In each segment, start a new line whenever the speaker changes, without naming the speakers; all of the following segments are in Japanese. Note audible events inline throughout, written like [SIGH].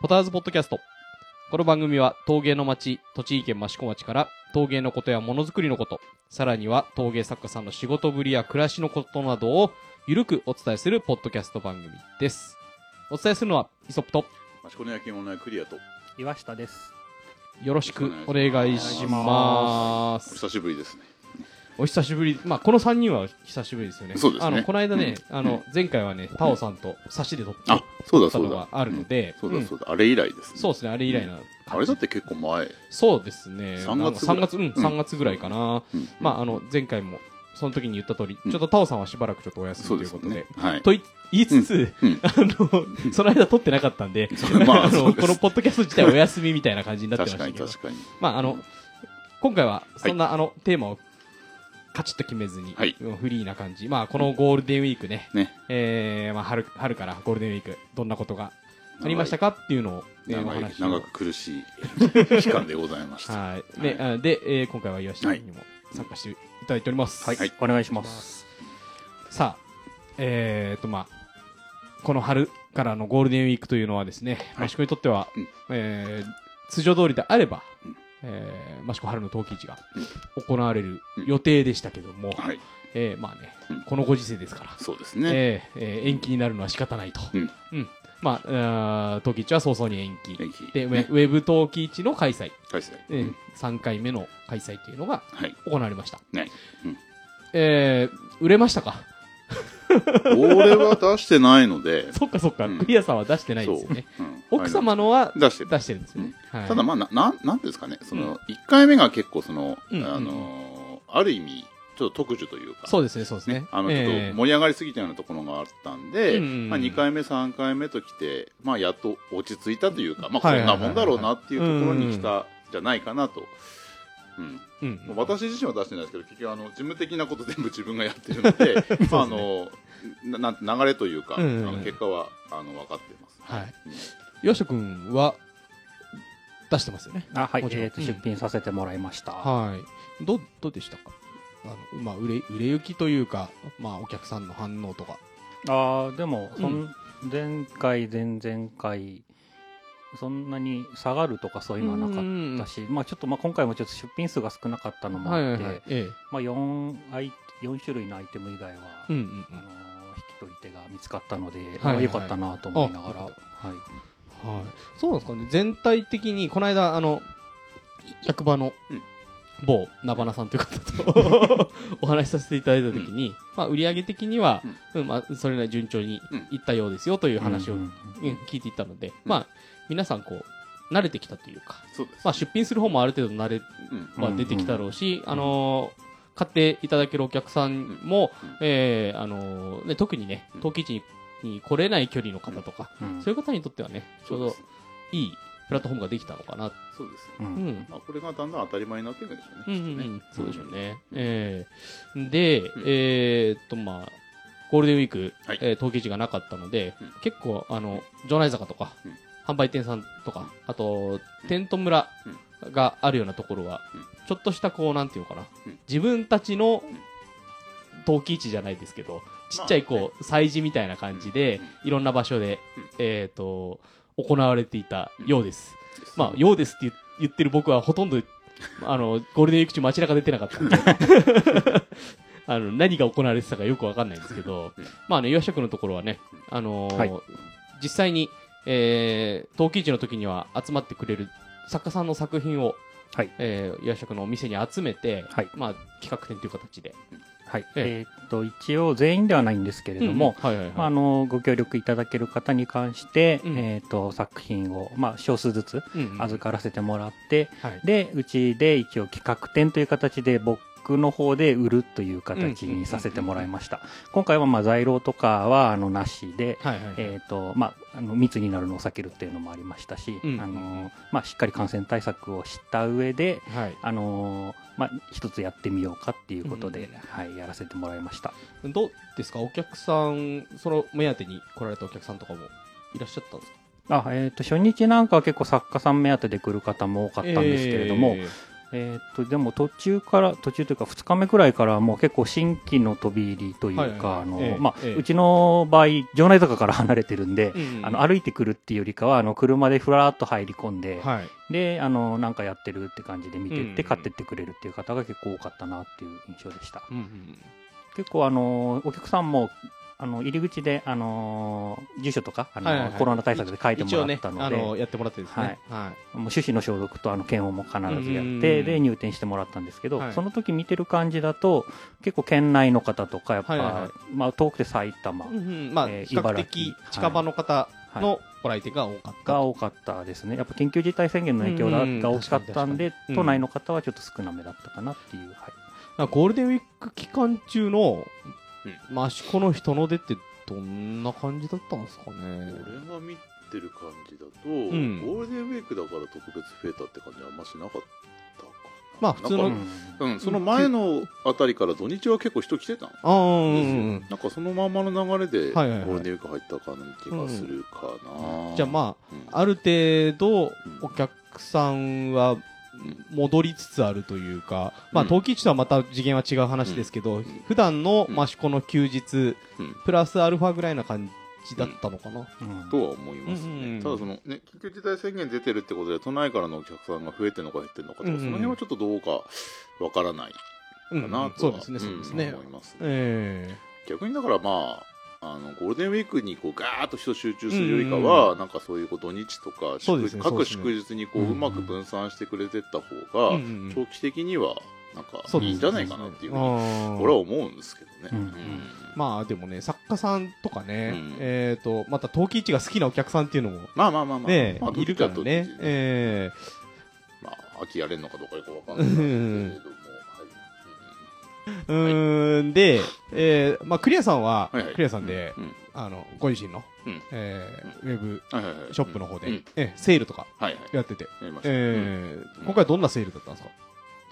ポターズポッドキャスト。この番組は陶芸の町、栃木県益子町から陶芸のことやものづくりのこと、さらには陶芸作家さんの仕事ぶりや暮らしのことなどをゆるくお伝えするポッドキャスト番組です。お伝えするのはイソップと
マシコの焼き物屋クリアと
岩下です。
よろしくお願いしま
お
す。
久しぶりですね
お久しぶり。まあ、この3人は久しぶりですよね。
そうですね
あの、この間ね、あの、前回はね、タオさんと差しで撮って
あそうだ
た
そ
の
うだ
があるので、
そうだ
ん
そうだ、あれ以来ですね
そうですね、あれ以来な感じ。
あれだって結構前
そうですね。
3
なんか
月ぐらい
3月、うん、3月ぐらいかな。
うん
まあ、あの、前回も、その時に言った通り、
うん
ちょっとタオさんはしばらくちょっとお休み
そ
と
う
い
で
う
す
ことで。
ねはい
とい言いつつ、
うん
あの、その間撮ってなかったんで、
ま
[LAUGHS]
あ
あ
そ
の、
うで
こ
す
のポッドキャスト自体お休みみたいな感じになってまし
確
た
か
け
に
ど。
確かに
まあ、あの、今回は、そんな、あの、テーマを、カチッと決めずに、
はい
うんフリーな感じ。まあ、このゴールデンウィークね、
ね
えー、まあ、春、春からゴールデンウィーク、どんなことがありましたかっていうのを、えーお
長い
話を
長く苦しい期間でございました
はい。ね、あで、えー今回は岩下さんにも参加していただいております。
はいはい
お願いします。
さあ、えーと、まあ、この春からのゴールデンウィークというのはですね、
はい
益子にとっては、
うん
えー通常通りであれば、
うん
えー益子春の陶器市が
う
行われる予定でしたけども、
はい
えーまあね
うん、
このご時世ですから、
そうですね
えーえー延期になるのは仕方ないと。
うん
まあ、あー陶器市は早々に延期。
延期
で、ウ
ね
ェウェブ陶器市の開催、
開催
えー、3回目の開催というのが
はい
行われました。
ねうん
えー、売れましたか
俺は出してないので
[LAUGHS] そっかそっか、
うん
クリアさんは出してないですよね。
そううん
[LAUGHS] 奥様のは
出してる
出してるんですよね。はい、
ただまあななんなんていうんですかねその一回目が結構その
うん
あのーある意味ちょっと特殊というか
そうですね、そうですね。
あのちょっと
えー
盛り上がりすぎたようなところがあったんで、
うんうん
まあ、2回目、3回目ときて、まあ、やっと落ち着いたというか、まあ、こ
はい
んなもんだろうなっていうところに来
は
たじゃないかなと、うん
うん
もう私自身は出してないですけど結局あの事務的なこと全部自分がやって
[LAUGHS]
るのでまああのなな流れというか、
うんうんうん
あの結果はあの分かってます。
はい
うん。
よし君は出してますよね。
あ、はい。え
もちろん
ーと出品させてもらいました。
はい。どう、どうでしたかあの、まあ、売れ、売れ行きというか、まあ、お客さんの反応とか。
ああ、でも、そ
うん
ん前回前々回そんなに下がるとかそういうのはなかっ
ん
たし、まあちょっとまあ今回もちょっと出品数が少なかったのも
はい
あ
は
っ
い
て、
はい。ええ。
まあ四アイ四種類のアイテム以外は、
うんうん
あのー引き取り手が見つかったので、
はいはい
まあ良かったなと思いながら、
あ
はい。
うん。はい。そうなんですかね。全体的に、この間、あの、役場の
うん
某ナバナさんという方とお話しさせていただいたときに、まあ、売り上げ的には、うんまあ、それなり順調に
うん
いったようですよという話を、
う
うん
うんん
聞いていったので、まあ、皆さんこう、慣れてきたというか、
そうです、
まあ、出品する方もある程度慣れ
うん
は出てきたろうし、あのー買っていただけるお客さんも、
うんうん
えーあのーね、特にね
うん、
陶器市にに来れない距離の方とか、
うん
そういう方にとってはね、ちょう
そうで
ど
す
いいプラットフォームができたのかな。
そうです、
う
うんん。
まあ、これがだんだん当たり前になっていくんでしょう
うん
ね、
うん
きっと
うん。そ
ね
うでしょうね。
うん
ええで、
うん
えーっと、まあ、ゴールデンウィーク、
はい
えー陶器市がなかったので、
うん
結構、あの、城内坂とか、
うん
販売店さんとか、あと、テント村があるようなところは、
うん
ちょっとしたこう、なんていうのかな、
うん
自分たちの
ん
陶器市じゃないですけど、ちっちゃいこう、
まあね
催事みたいな感じで、いろんな場所で、
うん
えーっと、行われていたようです。
です
まあ、ようですって言言ってる僕はほとんど、あの、ゴールデンウィーク中街中出てなかったんで、 [LAUGHS] あの、何が行われてたかよくわかんないんですけど
うん、
まあね、岩下君のところはね、あのー
はい
実際に、えー、陶器市の時には集まってくれる作家さんの作品を、
はい
えー岩下君のお店に集めて、
はい
まあ、企画展という形で。
はい。
え
えーっと一応全員ではないんですけれども、
うんはいはい
まあ、
は
あ
い。
のご協力いただける方に関して、
うん
えー、と作品を、まあ、少数ずつ
うんうん
預からせてもらって、
はい
でうちで一応企画展という形で僕の方で売るという形にさせてもらいました、今回はまあ材料とかはあのなしで、
はいはいはい
えーとまあ、あの密になるのを避けるっていうのもありましたし、
うん
あのまあ、しっかり感染対策をした上で
はい。
あのまあ、一つやってみようかっていうことで、
うん
はい、やらせてもらいました
どうですかお客さん、その目当てに来られたお客さんとかもいらっしゃったんですか
あえー、と初日なんかは結構作家さん目当てで来る方も多かったんですけれども、
えー
えーっとでも途中から途中というか2日目くらいからもう結構新規の飛び入りというか、
はいはいはい
あの
ええ
まあ
ええ
うちの場合城内坂から離れてるんで、
うん
あの歩いてくるっていうよりかはあの車でふらっと入り込んで、
はい。
であのなんかやってるって感じで見て
うん
っ
うん
て買ってってくれるっていう方が結構多かったなっていう印象でした、
うんうん
結構あのお客さんもあの入り口であの住所とかあの、
はいはいはい
コロナ対策で書いても
一応
らっ
ね、
たの
あ
で、
の、やってもらってですね。は
もう手指の消毒とあの検温も必ずや
う
っ
んうんうん
て、で入店してもらったんですけど、
はい
その時見てる感じだと結構県内の方とかやっぱ、
はいはいはい
まあ、遠くて埼玉
い。うんうんまあ、
えー
比較的
茨城
近場の方のご来店が多かった
が。多かったですねやっぱ緊急事態宣言の影響だ、
うんうん
が大きかったん
確かに確
で
かに
都内の方はちょっと少なめだったかなっていう、はい
なんかゴールデンウィーク期間中の
う
益子の人の出ってどんな感じだったんですかね。
俺が見てる感じだと、
ん
ゴールデンウィークだから特別増えたって感じはあんましなかったかな
まあ普通の
なんかうん、その前のあたりから土日は結構人来てたの
ああ、うんうん
なんかそのまんまの流れでゴ
はいはいはい
ールデンウィーク入った感じがするか
う。
なん
じゃあまあ、
うん
ある程度お客さんは戻りつつあるというか、まあ、
うん
陶器市とはまた次元は違う話ですけど、普段の益子の休日、
うん
プラスアルファぐらいな感じだったのかな、
うん
とは思いますね、
うんうん
ただその、ね、緊急事態宣言出てるってことで都内からのお客さんが増えてるのか減ってるのかとか、
うんうん
その辺はちょっとどうかわからないか
うん
なと
そ
は、
うですね
ん
そうですね、
思いますね
え
逆にだからまああのゴールデンウィークにこうガーッと人集中するよりかは、なんかそういうこう土日とか祝
そうですね
各
そう
祝
で
日にこう
うん
うまく分散してくれてった方
え
が、
うんうんうん
長期的にはなんか
そう
い
ですね
いんじゃないかなっていうふう
あ
に
ー
俺は思うんですけどね。
うん
まあ
まあでもね作家さんとかね、
うん
えっ、とまた陶器市が好きなお客さんっていうのも
まあまあまあまあ、
ね、
まあ、
いるから
どっちだ
ね
とどっちで
ええ
まあ、秋やれるのかどうかよくわかんないですけれども、はい
ー、うーんで、えーまあ、クリアさんは、
はいはい
クリアさんで、
うん
あのご自身の、
うん
えーウェブ
はいはいはい
ショップの方で、
うん
えーセールとか
はいはい。
やってて、
やりました。うん
えー今回どんなセールだったんですか、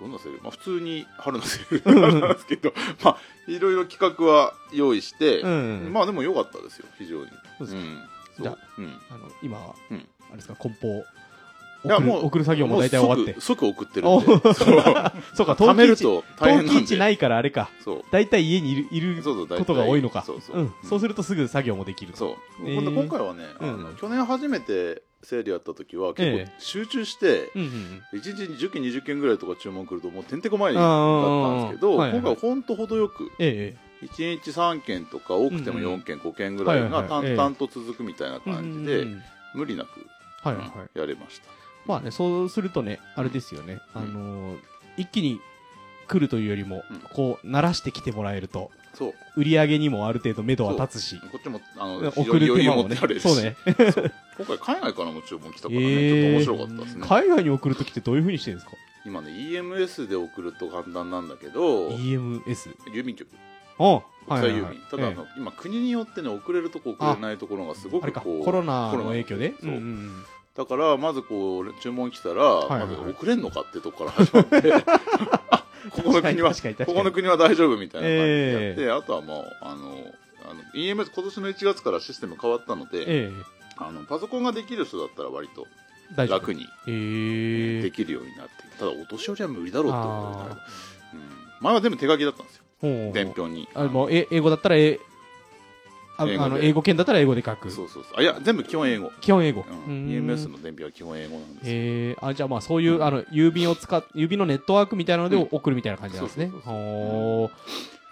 どんなセールまあ、普通に春のセールなんですけど、 [LAUGHS] まあ、いろいろ企画は用意して、
ん
まあでも良かったですよ、非常に。
そうですか
んそう
じゃあ
うん
あの今は、
うん
あれですか梱包
いや
送る
もう
送る作業も大体終わって
もう即即送ってるん [LAUGHS] で。そう。
[LAUGHS] そうか
貯
陶
め
器
る
市
と大
陶
変なん
器市な
で。
いからあれか
そう。
大体家にいるい
そう
る
そう、大体
ことが多いのか
そうそうう。
ん、そうするとすぐ作業もできると
そう、
えー
今回はね、あの
うん
去年初めてセールやった時は
え
結
え
構集中して、
うんうん
一1日に10件20件ぐらいとか注文来るともうてんてこまいだったん
あー
ですけど、
はいはい
今回はほんと程よく
え
1日3件とか多くても4件5件ぐらい
は
が
いはいはい
淡々と続くみたいな
え
感じ
う
で
ん
無理なく
はいはい、
やれました
まあねそうするとねあれですよね、あのー一気に来るというよりも、
うん
こう慣らしてきてもらえると
そう
売り上げにもある程度目処は立つし
こっちもあの非常
送
に
る
余
手
裕
間
を持
も
って
ね
やれるし
そうね
そう今回海外からも注文来たからね、
えー
ちょっと面白かったですね
海外に送るときってどういうふうにしてるんですか
今ね EMS で送ると簡単なんだけど
?EMS。
郵便局
お
国際郵便、ただあの、
え
今国によってね遅れるとこ遅れないところがす
え
ご
あれ
く
か、
こう
コロナの影響で。
そう
うんうんうん
だからまずこう注文来たら、
いはいはい
まず遅れんのかってとこから始まって
[LAUGHS]
あここの
確
国は
かに確かに確かに
ここの国は大丈夫みたいな感じでやって、
え
あとはもうあのあの EMS 今年の1月からシステム変わったので、
え
あのパソコンができる人だったら割と
え、大丈夫。
楽に
え
で
ー。
きるようになって、ただお年寄りは無理だろうってことになる
あ、
うん、前は全部手書きだったんですよ
ほう
伝票に
あもうえ英語だったら、えあ
英語で
あの英語圏だったら英語で書く。
そうそうそうあいや全部基本英語
基本英語。
う
うんん
EMS の伝票は基本英語なんですよ、
えー、あじゃあまあそういう、
うん
あの郵便を使っ郵便のネットワークみたいなので
うん
送るみたいな感じなんですね。
そうそうそう
ほー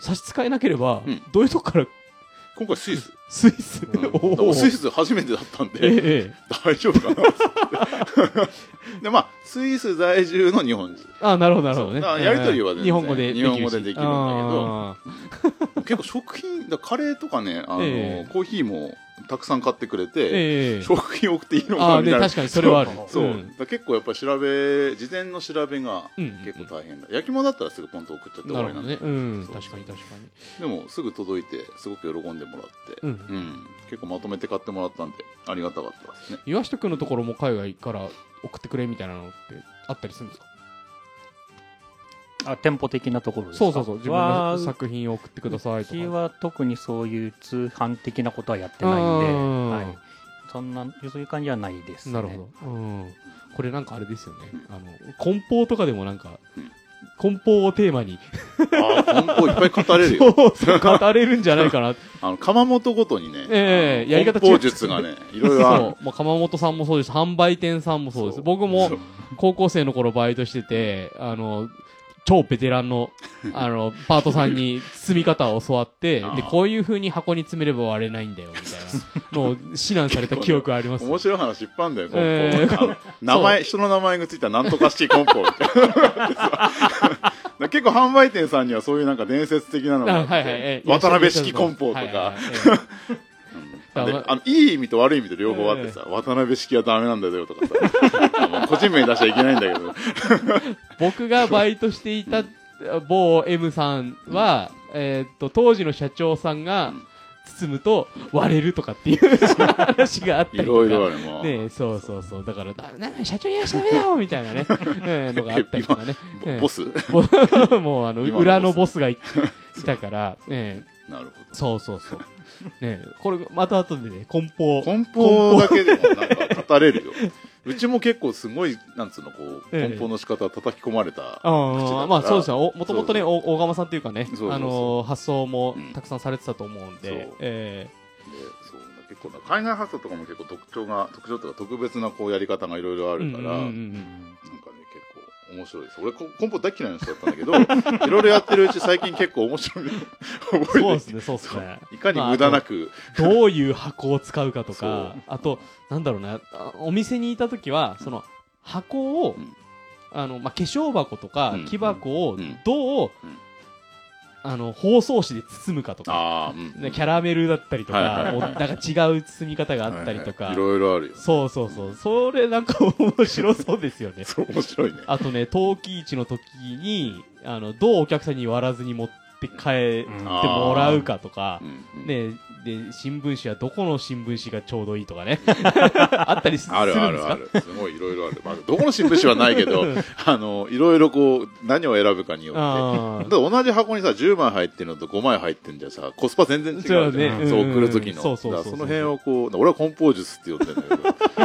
差し支えなければ、
うん
どういうとこから
今回スイス、
スイス、
うんだ
[LAUGHS] おー
からスイス初めてだったん
ええ
で
ええ
[LAUGHS] 大丈夫かな [LAUGHS] でまあスイス在住の日本人
あなるほどなるほどね。
そうだからやりとりは全然
日本語できるし
日本語でできるんだけど
あ
結構食品だカレーとかねあの、
ええ
コーヒーもたくさん買ってくれ
ー
て、
ええ
食品送っていいの
あ
か
あ
み
ね
たいな
確かにそれはある。
そう、
ん
だから結構やっぱり調べ事前の調べが
うん
結構大変だ、焼き物だったらすぐポンと送っちゃって終
な
わ
る
り
ほ
な
ど
ん
ね。
で、
うん
そう
確かに確かに。
でもすぐ届いてすごく喜んでもらって、
う
うん
ん。
結構まとめて買ってもらったんでありがたかったですね
岩下君のところも海外から送ってくれみたいなのってあったりするんですか
あ店舗的なところですか
そうそうそう自分の作品を送ってくださいと
うち
か。
は特にそういう通販的なことはやってないんで、
うん
はいそんなそういう感じはないですね
なるほど、うん、これなんかあれですよねあの梱包とかでもなんか梱包をテーマに
ああ、梱包いっぱい語れるよ。
そうそう語れるんじゃないかな
[LAUGHS] あの、窯元ごとにね、
ええ
あの
やり方違う
梱包術がね、いろいろある
そう、まあ、鎌本さんもそうです販売店さんもそうです僕も
そう
高校生の頃バイトしててあの超ベテランのあのパートさんに包み方を教わって
ああ
でこういう風に箱に詰めれば割れないんだよみたいなのを指南された記憶あります
面白い話いっぱいあるんだよ、梱包。
えー
あの名前、人の名前がついたなんとか式梱包みたいなでさ。 [LAUGHS] 結構販売店さんにはそういうなんか伝説的なのがあ
あ
って、
はいはいええ
渡辺式梱包とか、
はいはいはいええ
で
だか
あのいい意味と悪い意味と両方あってさ、渡辺式はダメなんだよと
[LAUGHS]
かさあの個人名出しちゃいけないんだけど
ら僕がバイトしていた某 M さんは、えーっと当時の社長さんが包むと割れるとかっていう [LAUGHS] 話があったり
い
とか
ろいろあるもう、
ねえそうそうそうだからだなんか社長いらっしゃるよみたいなね、
[LAUGHS]
ええのがあったりとかね
ぼ
ええ
ボス [LAUGHS]
もう [LAUGHS] もうあの
今のボス
裏のボスがいいたから、ええ
なるほど
そうそうそう、ねえ、これまた後でね梱包
梱包だけでもなんか語れるようちも結構すごいなんつうのこう
ええ
梱包の仕方叩き込まれた、口だか
あ
ら
あまあそうですよおもともとね
そ
お大釜さんというかね
そうそうそう
あのー発想も
うん
たくさんされてたと思うんで、
そう
え
でそう結構な海外発想とかも結構特徴が特徴というか特別なこうやり方がいろいろあ
え
るか
うんうんう
ら、
うんん
なんかね結構面白いです俺こ梱包大嫌いな人だったんだけど [LAUGHS] いろいろやってるうち最近結構面白い
うんそう
覚え
で
て
すねそうですね
いかに無駄なく、
どういう箱を使うかと
そ
か
う
あとなんだろうなあお店にいた時はその箱を、
うん
あのまあ、化粧箱とか
うん
木箱を
うん
どう、
うん
あの包装紙で包むかとか
ああうん
ねキャラメルだったりとか、
はいはい
おなんか違う包み方があったりとか、
はいはいろいろあるよ。
そうそうそう。それなんか面白そうですよね
そう面白いね
あとね、陶器市の時に、あの、どうお客さんに割らずに持って帰って
うん
もらうかとか
う、ん
ね、で、新聞紙はどこの新聞紙がちょうどいいとか
[LAUGHS]
ね。あったりすす
あ
るんで
るあ
す
る
か
あるすごいいろいろある、まあ、どこの新聞紙はないけ
[LAUGHS]
どあのいろいろこう何を選ぶかによって
あ
だから同じ箱にさ10枚入ってるのと5枚入ってるんじゃさコスパ全然違うじゃん
そうね
そう
うん
送る時の
そうそうそう
だからその辺をこう俺は梱包術って呼んでんだけ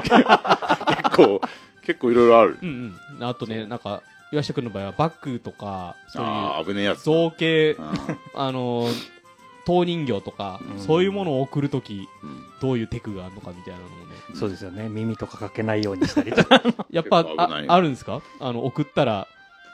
ど [LAUGHS] 結構結構いろいろある
ーうんうん。あとね、なんか、岩下くんの場合はバッグとか、そう
あ
いう
あ危ねえやつ
造形、
あ
あのー、陶人形とか、
うん
そういうものを送る時
ーうん
どういうテクがあるのかみたいなのもね。
そうですよね耳とかかけないようにしたりとか
やっぱ
結構危な
あ
い
あるんですかあの送ったら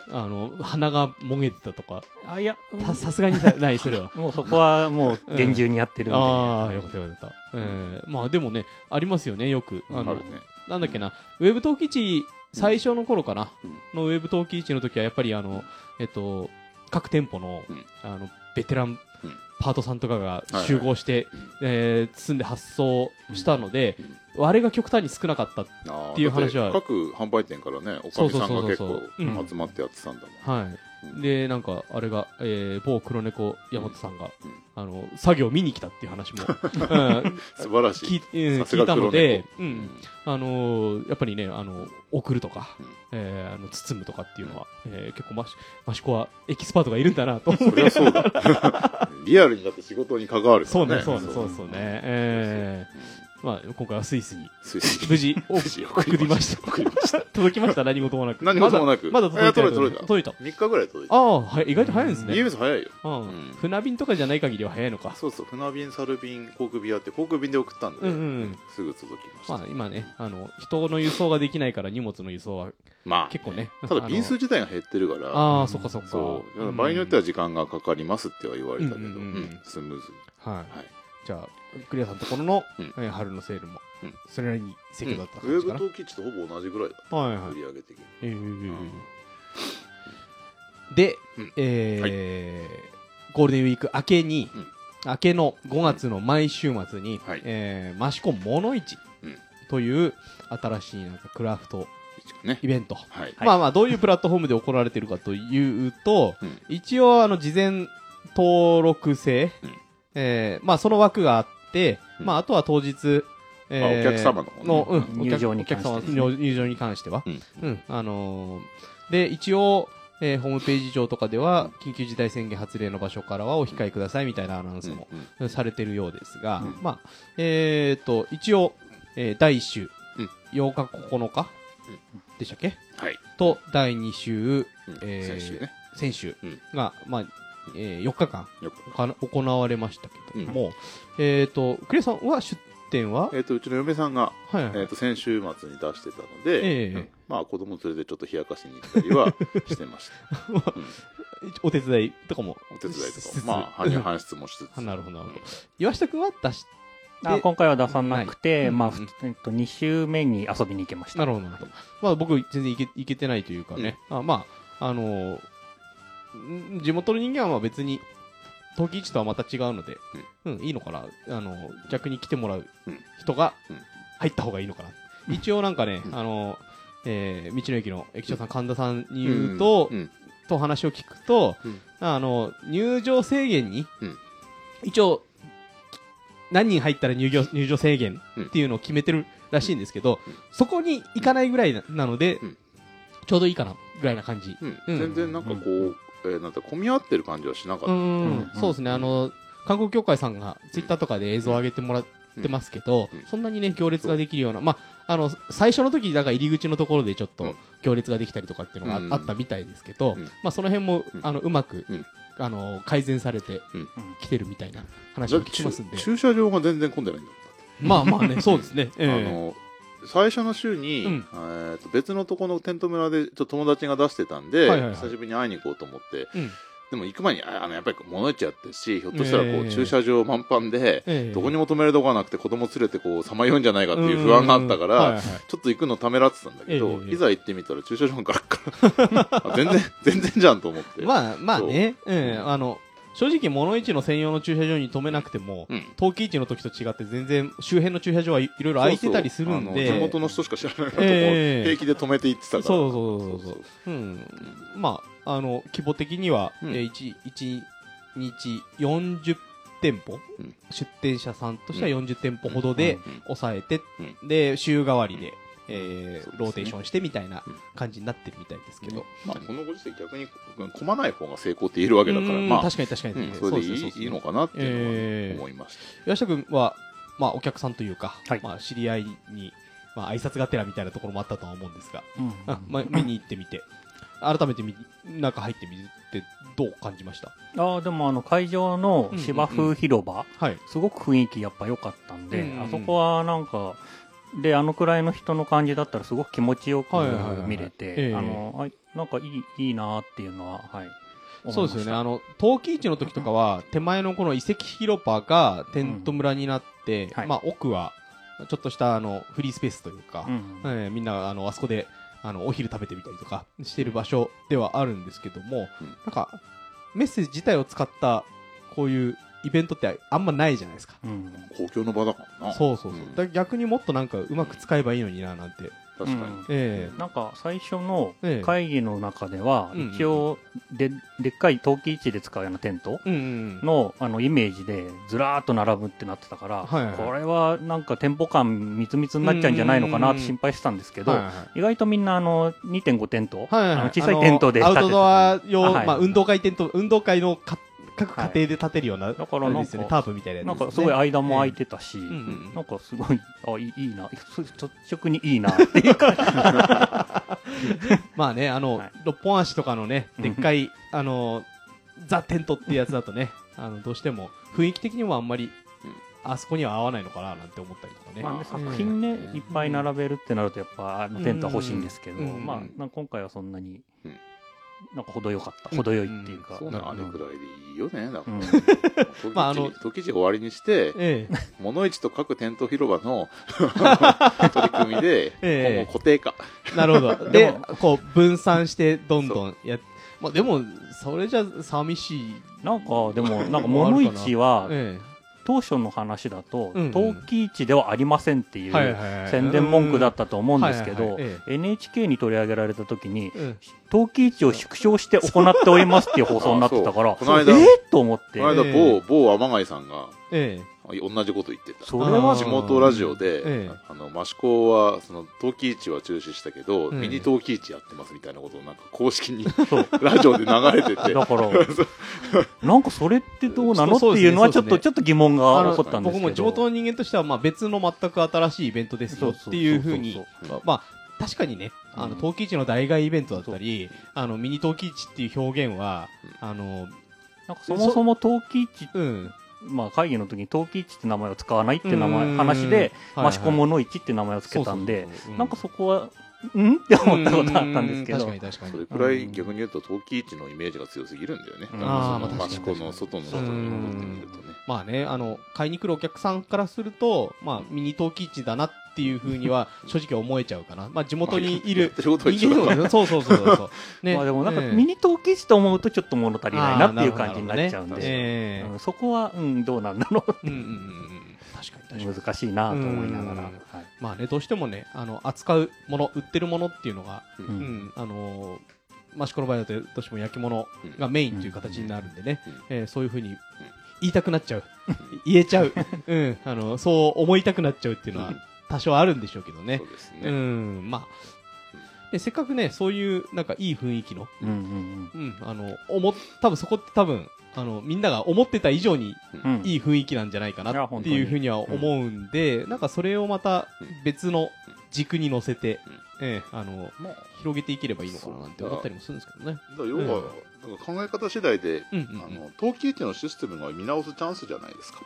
あの鼻がもげてたとか
あいや
ささすが [LAUGHS] にさないそれは
もうそこはもう厳重にやってるんで、
ああよかったよかった、えーまあでもねありますよねよくあ
あ
の、
るね
なんだっけなウェブ陶器市最初の頃かな、
うん
のウェブ陶器市の時はやっぱりあのえっと各店舗の,、
うん
あのベテラン
うん
パートさんとかが
いはい
集合して、えー包んで発送したので、割れが極端に少なかった
あー
っていう話は
だって各販売店からねおかみさん
そうそう
が結構
そうそううん
集まってやってたんだもん
はい、
うん
でなんかあれが、えー、某黒猫大和さんが、
うん
あの作業見に来たっていう
[LAUGHS]
話も、うん
素晴らし
聞い
い
うん
さす
聞い
が
たの
黒猫
で、う
うん
んあのーやっぱりね、あの送るとか、
うん
えーあの包むとかっていうのは、えー結構マシマシコはエキスパートがいるんだ
[LAUGHS]
なと思
そりゃそうだ [LAUGHS] リアルになって仕事に関わるか
そうね
らね
そうねそうねそうね、えーまあ、今回はスイスに
そうそうそう
無
[LAUGHS]
事お
無事
送りました
送りまし
[LAUGHS]
た
届きました何事もなく
何事もなく
まだまだ届いてない
いや届いた
届いた
3日ぐらい届いて
ああ、はい、意外と早いんですね、
EMS 早いよ
うん
うん
船便とかじゃない限りは早いのか。
そうそう船便猿便航空便あって航空便で送ったんで、
うんうんうん
すぐ届きました、
まあ今ね、あの、人の輸送ができないから荷物の輸送は
まあ
結構ね。
ただ便数
あ
自体が減ってるから
のあ
う
ー、
ん
そっかそっか。
そう、
うん
場合によっては時間がかかりますっては言われたけど、
うんうんうん
うんスムーズに
はい
はい。
じゃあ、クリアさんところの
うん
えー春のセールも
うん、
それなりに盛況だった
うん
感
ウェ
じか
ブ
な。
投機地とほぼ同じぐらいだ、
はいは
売
い
り上げ的に。
えー
ん
で
うん、
えーゴールデンウィーク明けに
うん、
明けの5月の毎週末に
はい、
えー益子モノ市
うん
という新しいなんかクラフト
一応ね
イベント。
はい、
まあまあ、どういうプラットフォームで行われてるかというと、
うん
一応、あの、事前登録制、
うん
えーまあ、その枠があって、
うん
まあ、あとは当日、えー
あお客様の方ね
の、うん、お客
入場に関して
お客様の入場に関しては。
うん
うん、あのーで、一応、えーホームページ上とかでは、緊急事態宣言発令の場所からはお控えくださいみたいなアナウンスも
うん
されてるようですが、
うん
まあ、えっ、と、一応、えー第1週、
うん
8日9日、でしたっけ
はい。
と、第2週、
うん
えー
先週ね。
先週
うん
が、まあ、え4日間
よく
かな行われましたけど
うん
も、えっ、と、クレさんは出店は、
えっとうちの嫁さんが、
はいはい
えっと先週末に出してたので、
ええ
うん
まあ子供連れてちょっと冷やかしに行ったりはしてました
お手伝いとかも。
お
[LAUGHS]
手伝いと
し
か
つ
も
つ
まあ搬入搬出もしつつ
あなるほどなるほど岩下くんは出し、
あ
で
今回は出さなくて、
はい
まあ、
うんうん
えっと、2週目に遊びに行きました。
なるほどなるほど。まあ僕全然いけいけてないというかね、あまあ、あのーん地元の人間はまあ別に、陶器市とはまた違うので、うん、いいのかな。あのー逆に来てもらう
うん
人が
うん
入った方がいいのかな。一応なんかね、
うん
あのーえー道の駅の駅長さん、神田さんに言うと、
うん
と話を聞くと、
うん
あの入場制限に、
うん
一応何人入ったら入場入場制限っていうのを決めてるらしいんですけど、
うん
そこに行かないぐらいななので、
うん
ちょうどいいかなぐらいな感じ。
うん
うん
全然なんかこう、えーなんか混み合ってる感じはしなかっ
う
た、
ん、
うん
そうですね、あの観光協会さんがツイッターとかで映像を上げてもらってますけど、
うんうん
そんなにね行列ができるような、まああの最初の時だから入り口のところでちょっ
う
と
ん
行列ができたりとかっていうのがあ,、
うん
ったみたいですけど、
うん
まあその辺も、
うん
あのうまく、
うん
あの改善されて
うん
きてるみたいな話
だっ
を
て
聞きますんで、
駐駐車場が全然混んでないんだ
まあまあね、そうですね。ええ
あの最初の週に、
うん
えーと別のとこのテント村でちょっと友達が出してたん
は
で、
いはいはい
久しぶりに会いに行こうと思って
うん
でも行く前にああのやっぱり物市やってるしひょっとしたらこう、
ええ
駐車場満帆で、
ええ
どこにも止めるとこがなくて子供連れてこうさまようんじゃないかっていう不安があったか
うんうんうんはい
ら
はいはい
ちょっと行くのためらってたんだけど、
ええ
いざ行ってみたら駐車場がガラッガラあ [LAUGHS] 全然全然じゃんと思って、
まあまあね、ええあの正直物市の専用の駐車場に止めなくても、
うん
陶器市の時と違って全然周辺の駐車場はいいろいろ空いてたりするんで
そうそうあの地元の人しか知らないとこ
ええ
平気で止めて行ってたから
そうそうそうそううんまああの規模的には、
うん
えー、1, 一日40店舗、
うん
出店者さんとしては40店舗ほどで
うん
抑えて、
う
で週替わりで、えー
そうですね
ローテーションしてみたいな
うん
感じになってるみたいですけど、
まあ、このご時世逆に混まない方が成功って言えるわけだから、
うん
まあ、
確かに確かに、
うん
それでい
す
い
ねすね
いいのかなっていうのは
ええ
思いました。
岩下君は、まあ、お客さんというか、
はい
まあ、知り合いに、まあ、挨拶がてらみたいなところもあったとは思うんですが、
うん
あまあ、見に行ってみて改めてみ中入ってみてどう感じました
あーでもあの会場の芝生広場、
はい
すごく雰囲気やっぱ良かったんで、
うんうん
あそこはなんかであのくらいの人の感じだったらすごく気持ちよく
はいはいはいはい
見れて、
ええ
あのあなんかいいいいなーっていうのははい
そうですよねあの陶器市の時とかは手前のこの遺跡広場がテント村になって、
はい
まあ、奥はちょっとしたあのフリースペースというか、
うんうん
えーみんなあのあそこであのお昼食べてみたりとかしてる場所ではあるんですけども、
うん
なんかメッセージ自体を使ったこういうイベントってあんまないじゃないですか。
うん
公共の場だからな。
そうそうそう、
うん
だ逆にもっとなんかうまく使えばいいのにななんて、
確か
うん
に。
え
なんか最初の
ええ
会議の中では
うんうん
一応ででっかい陶器市で使うようなテント
えうんうん
のあのイメージでずらーっと並ぶってなってたから、
はいはい
これはなんか店舗感みつみつになっちゃうんじゃないのかなって心配してたんですけど、
はいはい
意外とみんなあの2.5テン
は
ト、
いはいは
あの
い、
小さいテントで
あ
建て
のアウ
て
トドア用、
あはい
まあ、運動会テント運動会のか各家庭で建てるような、
だから
あ
なん
れ
か
ですよねタープみたいなやつ
な
でね、
んかすごい間も空いてたし、
うんうん
なんかすごいあいいいいなす率直にいいなっていうか
まあね、あの、
はい
六本足とかのね、でっかい、あの、ザ・テントっていうやつだとね、 [LAUGHS] あの、どうしても、雰囲気的にもあんまり
うん、
あそこには合わないのかな、なんて思ったりとかね。
まあね
うん
作品ね、
うん
いっぱい並べるってなるとやっぱあのテントは欲しいんですけど、
うんうんうん
まあなんか今回はそんなに、
うん
なんか程よかった程よいっていうか、
そう
な
な
る
の
ほど
あれくらいでいいよね。だか
うん
ら、
まあ
ま
あ
あ、
の
時事を終わりにして、
ええ。
物市と各テント広場
[LAUGHS]
の取り組みで、
ええ
今後固定化。
なるほ
[LAUGHS]
ど。
で
で
も、
こう、分散して、どんどんやっ、まあでも、それじゃ寂しい。
なんかでもなんか物市は
え
当初の話だと
うんうん
陶器市ではありませんってい
え。
う
は
宣伝文句だ
っ
ったと思うんですけど NHK に取り上げられた時に陶器市を縮小して行っておりますっていう放送になってたから
あそうこの間
えっと思って
この間、
ええ
某、某天貝さんが、
ええ。
同じこと言ってた
それは
あー
地元ラジオで、
ええ
あの益子はその陶器市は中止したけど、
ええ
ミニ陶器市やってますみたいなことをなんか公式に [LAUGHS]
そう
ラジオで流れ
[LAUGHS]
てて
だからなんかそれってどうなのって
そうそうですね
いうのはちょっ
そう
と
ですね
ちょっと疑問
あ
が
の
起こったんで
僕
すけど
も地元の人間としては、まあ、別の全く新しいイベントですよっていうふうに
そ
そそ
まあ、確かにね、あの、陶器市の代替イベントだったり、あの、ミニ陶器市っていう表現は、あの、
なんかそもそも陶器市
うん。
まあ会議の時に陶器市って名前を使わないっていう名
う
前
ん
話で
はいはい
益子物市って名前を付けたんで
そうそうそうう
なんかそこはんって思ったことあったんですけ
う
ど
確かに確か
そ
に
れ。くら
う
い
ん
逆に言うと陶器市のイメージが強すぎるんだよね、
うん
なんかそ
あーま
の
あ
益
確か
子
に
の外の外に戻ってみるとね
まあね、あの、買いに来るお客さんからすると、まあ、ミニ陶器市だなっていうふうに
[LAUGHS]
は、正直思えちゃうかな。まあ、地元にいる
まあ仕事は一
人
緒だ
間
か
の、そうそうそうそうそう。ね
[LAUGHS] まあでもなんか
ええ
ミニ陶器市と思うとちょっと物足りないなっていう
あー
感じになっちゃうん
なるほどね
で
え
うんそこはうんどうなんだろう [LAUGHS]
えうんうんうんうん。確かに確かに。
難しいなと思いながら
うん
はい
まあね、どうしてもね、あの、扱うもの、売ってるものっていうのが、
う
うんん、あのー、益子の場合だとどうしても焼き物がメインという形になるんでね、
うんうん
えーそういうふうに言いたくなっちゃう。 [LAUGHS] 言えちゃ
[LAUGHS]
う。うん、あの、そう思いたくなっちゃうっていうのは
うん
多少あるんでしょうけどね
そ。うです
う
ね、
ん、まあ。で、せっかくね、そういう、なんかいい雰囲気の、
うんうん
うん、あの、思っ、多分そこって多分、あの、みんなが思ってた以上に
うんうん
いい雰囲気なんじゃないか
いや
なっ
本
て
当に
いうふうには思うんで、なんかそれをまた別の軸に乗せて、ええ、あの、
まあ
広げていければいいのかななんて思ったりもするんですけどね。
だから要は、だから考え方次第で
うん
あの陶器市のシステムが見直すチャンスじゃないですか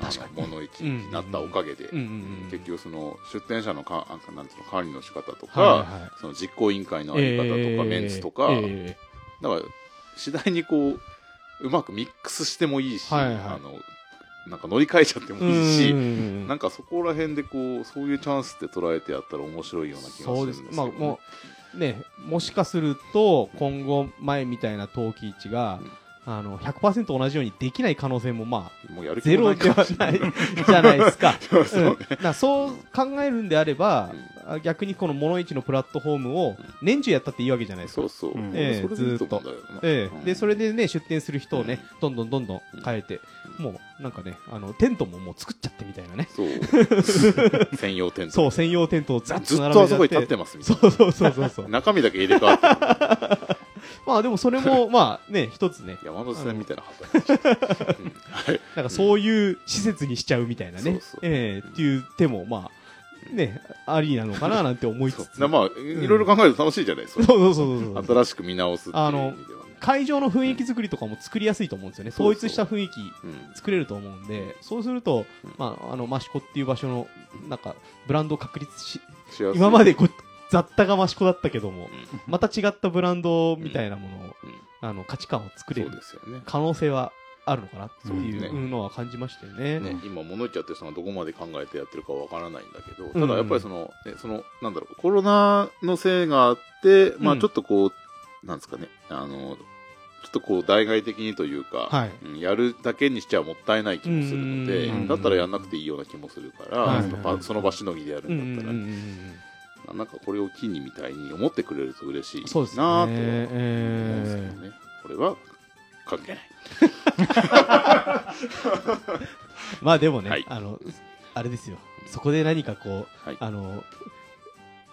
確かに
あの物市になったおかげで、
うんうんうんうん
結局その出店者のかあなんていうの管理の仕方とか、
はいはい
その実行委員会のあ
え
り
え
方とか、メンツとか、
ええ
だから次第にこううまくミックスしてもいいし、
はいはい
あのなんか乗り換えちゃってもいいし、
うんうんうん
なんかそこら辺でこうそういうチャンスって捉えてやったら面白いような気がする
そうん
で
ですす
けど、ね、
まあもうねもしかすると今後前みたいな陶器市が、あの100%同じようにできない可能性もまあ
もうやる気
ゼ
もな
ロ
い
で
かも
は
しれ
な
ない
いじゃないですか。
[LAUGHS] そうそう
うんだからそう考えるんであれば、あ逆にこの物市のプラットフォームを年中やったっていいわけじゃないですか。
そうそう、
うん
ええ
それでいいと思うんだよな
え
う
え
ん
で、それでね、出店する人をね、どんどんどんどん変えて、もう、なんかね、あの、テントももう作っちゃってみたいなね。
そう
[LAUGHS]
専用テント
そう、専用テントをざっと
ずっ
並べ
と
ち
あ
ゃ
そこに立ってますみたい
そうそうそうそうそう
[LAUGHS] な。中身だけ入れ替わってる
まあでもそれ
[LAUGHS]
も、まあね、一つね、
山手線みたいな働きしてるうんはい
なんかそういう施設にしちゃうみたいなね、
そうそう
ええっていう手も、まあ、ね、ありなのかななんて思い
そ
つ
う
つ。
なまあいろいろ考えると楽しいじゃないです
そう
か
そうそうそうそう。
新しく見直すっていう意味ではね
会場の雰囲気作りとかも作りやすいと思うんですよね。
そうそう
統一した雰囲気
うん
作れると思うんで、そうすると、まあ、あの、益子っていう場所の、なんか、ブランドを確立し、
しやすい
今までこ雑多が益子だったけども、
うん
また違ったブランドみたいなものを、
うん
あの、価値観を作れ
そう
る
ですよね
可能性はあるのかなって
そうです
い
ね
うのは感じましたよね。
ね今物言っちゃってそのどこまで考えてやってるかわからないんだけど
うん
ただやっぱりそのねそのなんだろうコロナのせいがあってま
う
あ
ん
ちょっとこうなんですかねあのちょっとこう代替的にというか、
はい
うんやるだけにしちゃもったいない気もするので、
うん
だったらやんなくていいような気もするから、
はい
その場その場しのぎでやる
うん
ん
う
だ
ん
っ
うん
た
う
ら、
ん
なんかこれを機にみたいに思ってくれると嬉しいな
そうですね。
と思うんですけど
え
ね、これは関係ない
ーまあでもね、
はい
あの、あれですよ。そこで何かこう、
はい
あの、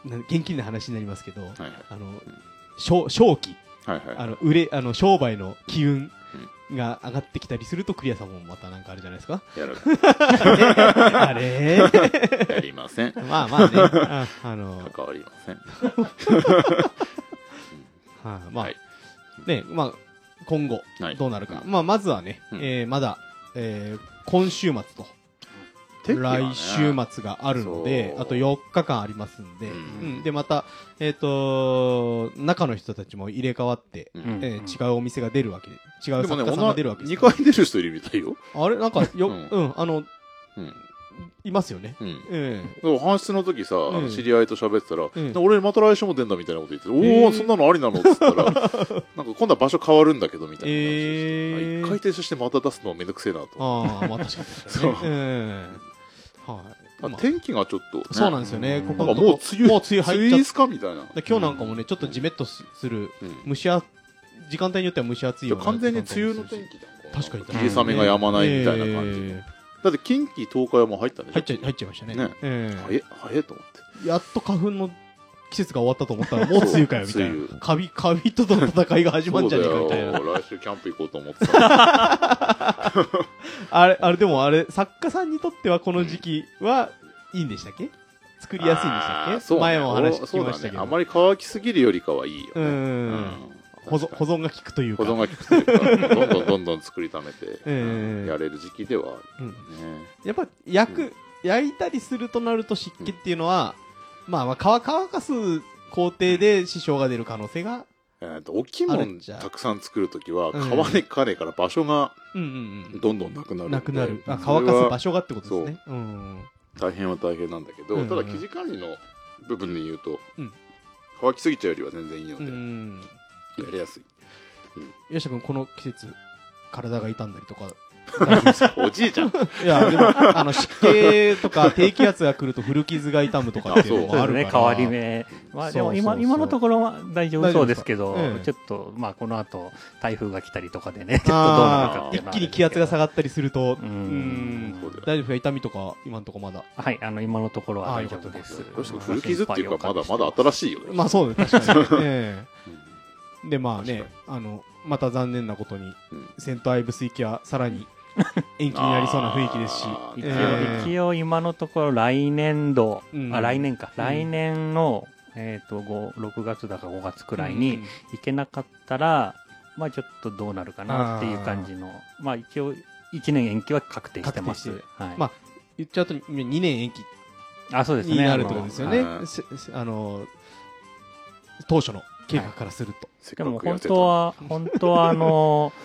な現金な話になりますけど、
はい
あの、正正気、
はいはいは
あ
い
の、売れ、あの、商売の機運が上がってきたりすると、クリアさんもまたなんかあるじゃないですか。
[LAUGHS] やる
あれ
やり [LAUGHS] ません
[LAUGHS] まあまあね、ああの、はい、
関わりません
まあ、
はい
ね、まあ、今後
はい、
どうなるか。まあ、まずはね、
うん
えーまだ、えー今週末と、
適宜はね
来週末があるので、
そう
あと4日間ありますんで、
うん
うんで、また、えっ、と中の人たちも入れ替わって、
うん
うん
えー違うお店が出るわけで、違う
でも
作
ね
家さんが出るわけです
2
から
回出る人いるみたいよ
あれなんか、よ、う
うん
ん、あの、
うん
いますよね。
うん
ええ
でも搬出の時さ、あ
う
の
ん
知り合いと喋ってたら、
ん
で俺また来週も出んだみたいなこと言ってて、
へー
おおそんなのありなのっつった
[LAUGHS]
らなんか今度は場所変わるんだけどみたいな話をして、
へー
あ一回停止してまた出すのはめんどくせえなと思って
ああ、まあ確かに確かにね。
そう
ええはい。
あ
まあ
天気がちょっとね、
そうなんですよね。
う
こ
ん
こ
な
の
んか
とこ
もう梅雨
もう梅雨入っちゃっ
っすかみたいな、
で今日なんかもね、ちょっとじめっとすする、
うん、
蒸しあ、時間帯によっては蒸し暑い
い
よ
や
うな
完全に梅雨の天気だもん
確かに
霧雨が止まないみたいな感じ、
ええ
だって近畿東海はもう入ったんでしょ
入っちゃい入っちゃいましたね
ね
ええ
早え早えと思って
やっと花粉の季節が終わったと思ったらもう梅雨かよみたい
そう梅
なカビカビとの戦いが始まんじゃねえかみたいな
そうだよ来週キャンプ行こうと思ってた
あれあれでもあれ作家さんにとってはこの時期はいいんでしたっけ作りやすいんでした
あ
っ
ー
け
そうね
前も話聞き
そうだ
ま
ね
したけど
あまり乾きすぎるよりかはいいよ
う
ねうん
保存
確
保
かに
存が効くという
保
か
存が効くというかどんどんどんどん作りためて
ええ
やれる時期ではあ
うん
るね
やっぱ焼く焼いたりするとなると湿気っていうのはまあまあ乾乾かす工程で支障が出る可能性が
えーと大きいも
ある
ん
っちゃ
たくさん作るときは
うん
買わねえかねえから場所が
うんうん
どんどんなくな
うん
るんで
なくなるあ
それは
乾かす場所がってことですねうん
大変は大変なんだけど
うん
ただ生地管理の部分で言うと
うん
乾きすぎちゃうよりは全然いいの
う
で
ん
やり
[LAUGHS]
やすい
吉田君この季節体が痛んだりとか
おじいちゃん
いやでもあの湿気と
[LAUGHS]
か低気圧が来ると古傷が痛むとかっていうの
ま
も
そ
あ
う
る
で
から
すね変わり目まあでも
そうそう
今
そう
今のところは大丈夫そうですけど
大丈夫ですかええ
ちょっとまあこの後台風が来たりとかでねちょっとどうなるかって
一
いうのはあ
気
れで
に
すけど
気圧が下がったりすると
う
うん
ん
そうだよ
大丈夫ですか痛みとか今のとこまだ
はいあの今のところは
あ
大丈夫です
よかった
確かに古傷っていうかまだまだ
っ
新しいよね
まあそうです確
[LAUGHS]
かにえ
うん
えでまあねあのまた残念なことに
うん
セントアイブス行きはさら
[LAUGHS]
に延期になりそうな雰囲気ですし
あー
一応、
ええ
一応今のところ来年度、
うん
あ来年か、
うん
来年の、えー、とご6月だか5月くらい
うん
に行けなかったら、まあちょっとどうなるかなっていう感じのまあ一応1年延期は確定してます
確定
はい
ま言っちゃうと2年延期
あそうですね
になるってことですよね
あのはい
せせあの当初の計画からすると
せっ
で
かく
も
や
本
って
当は、本当はあの、 [LAUGHS]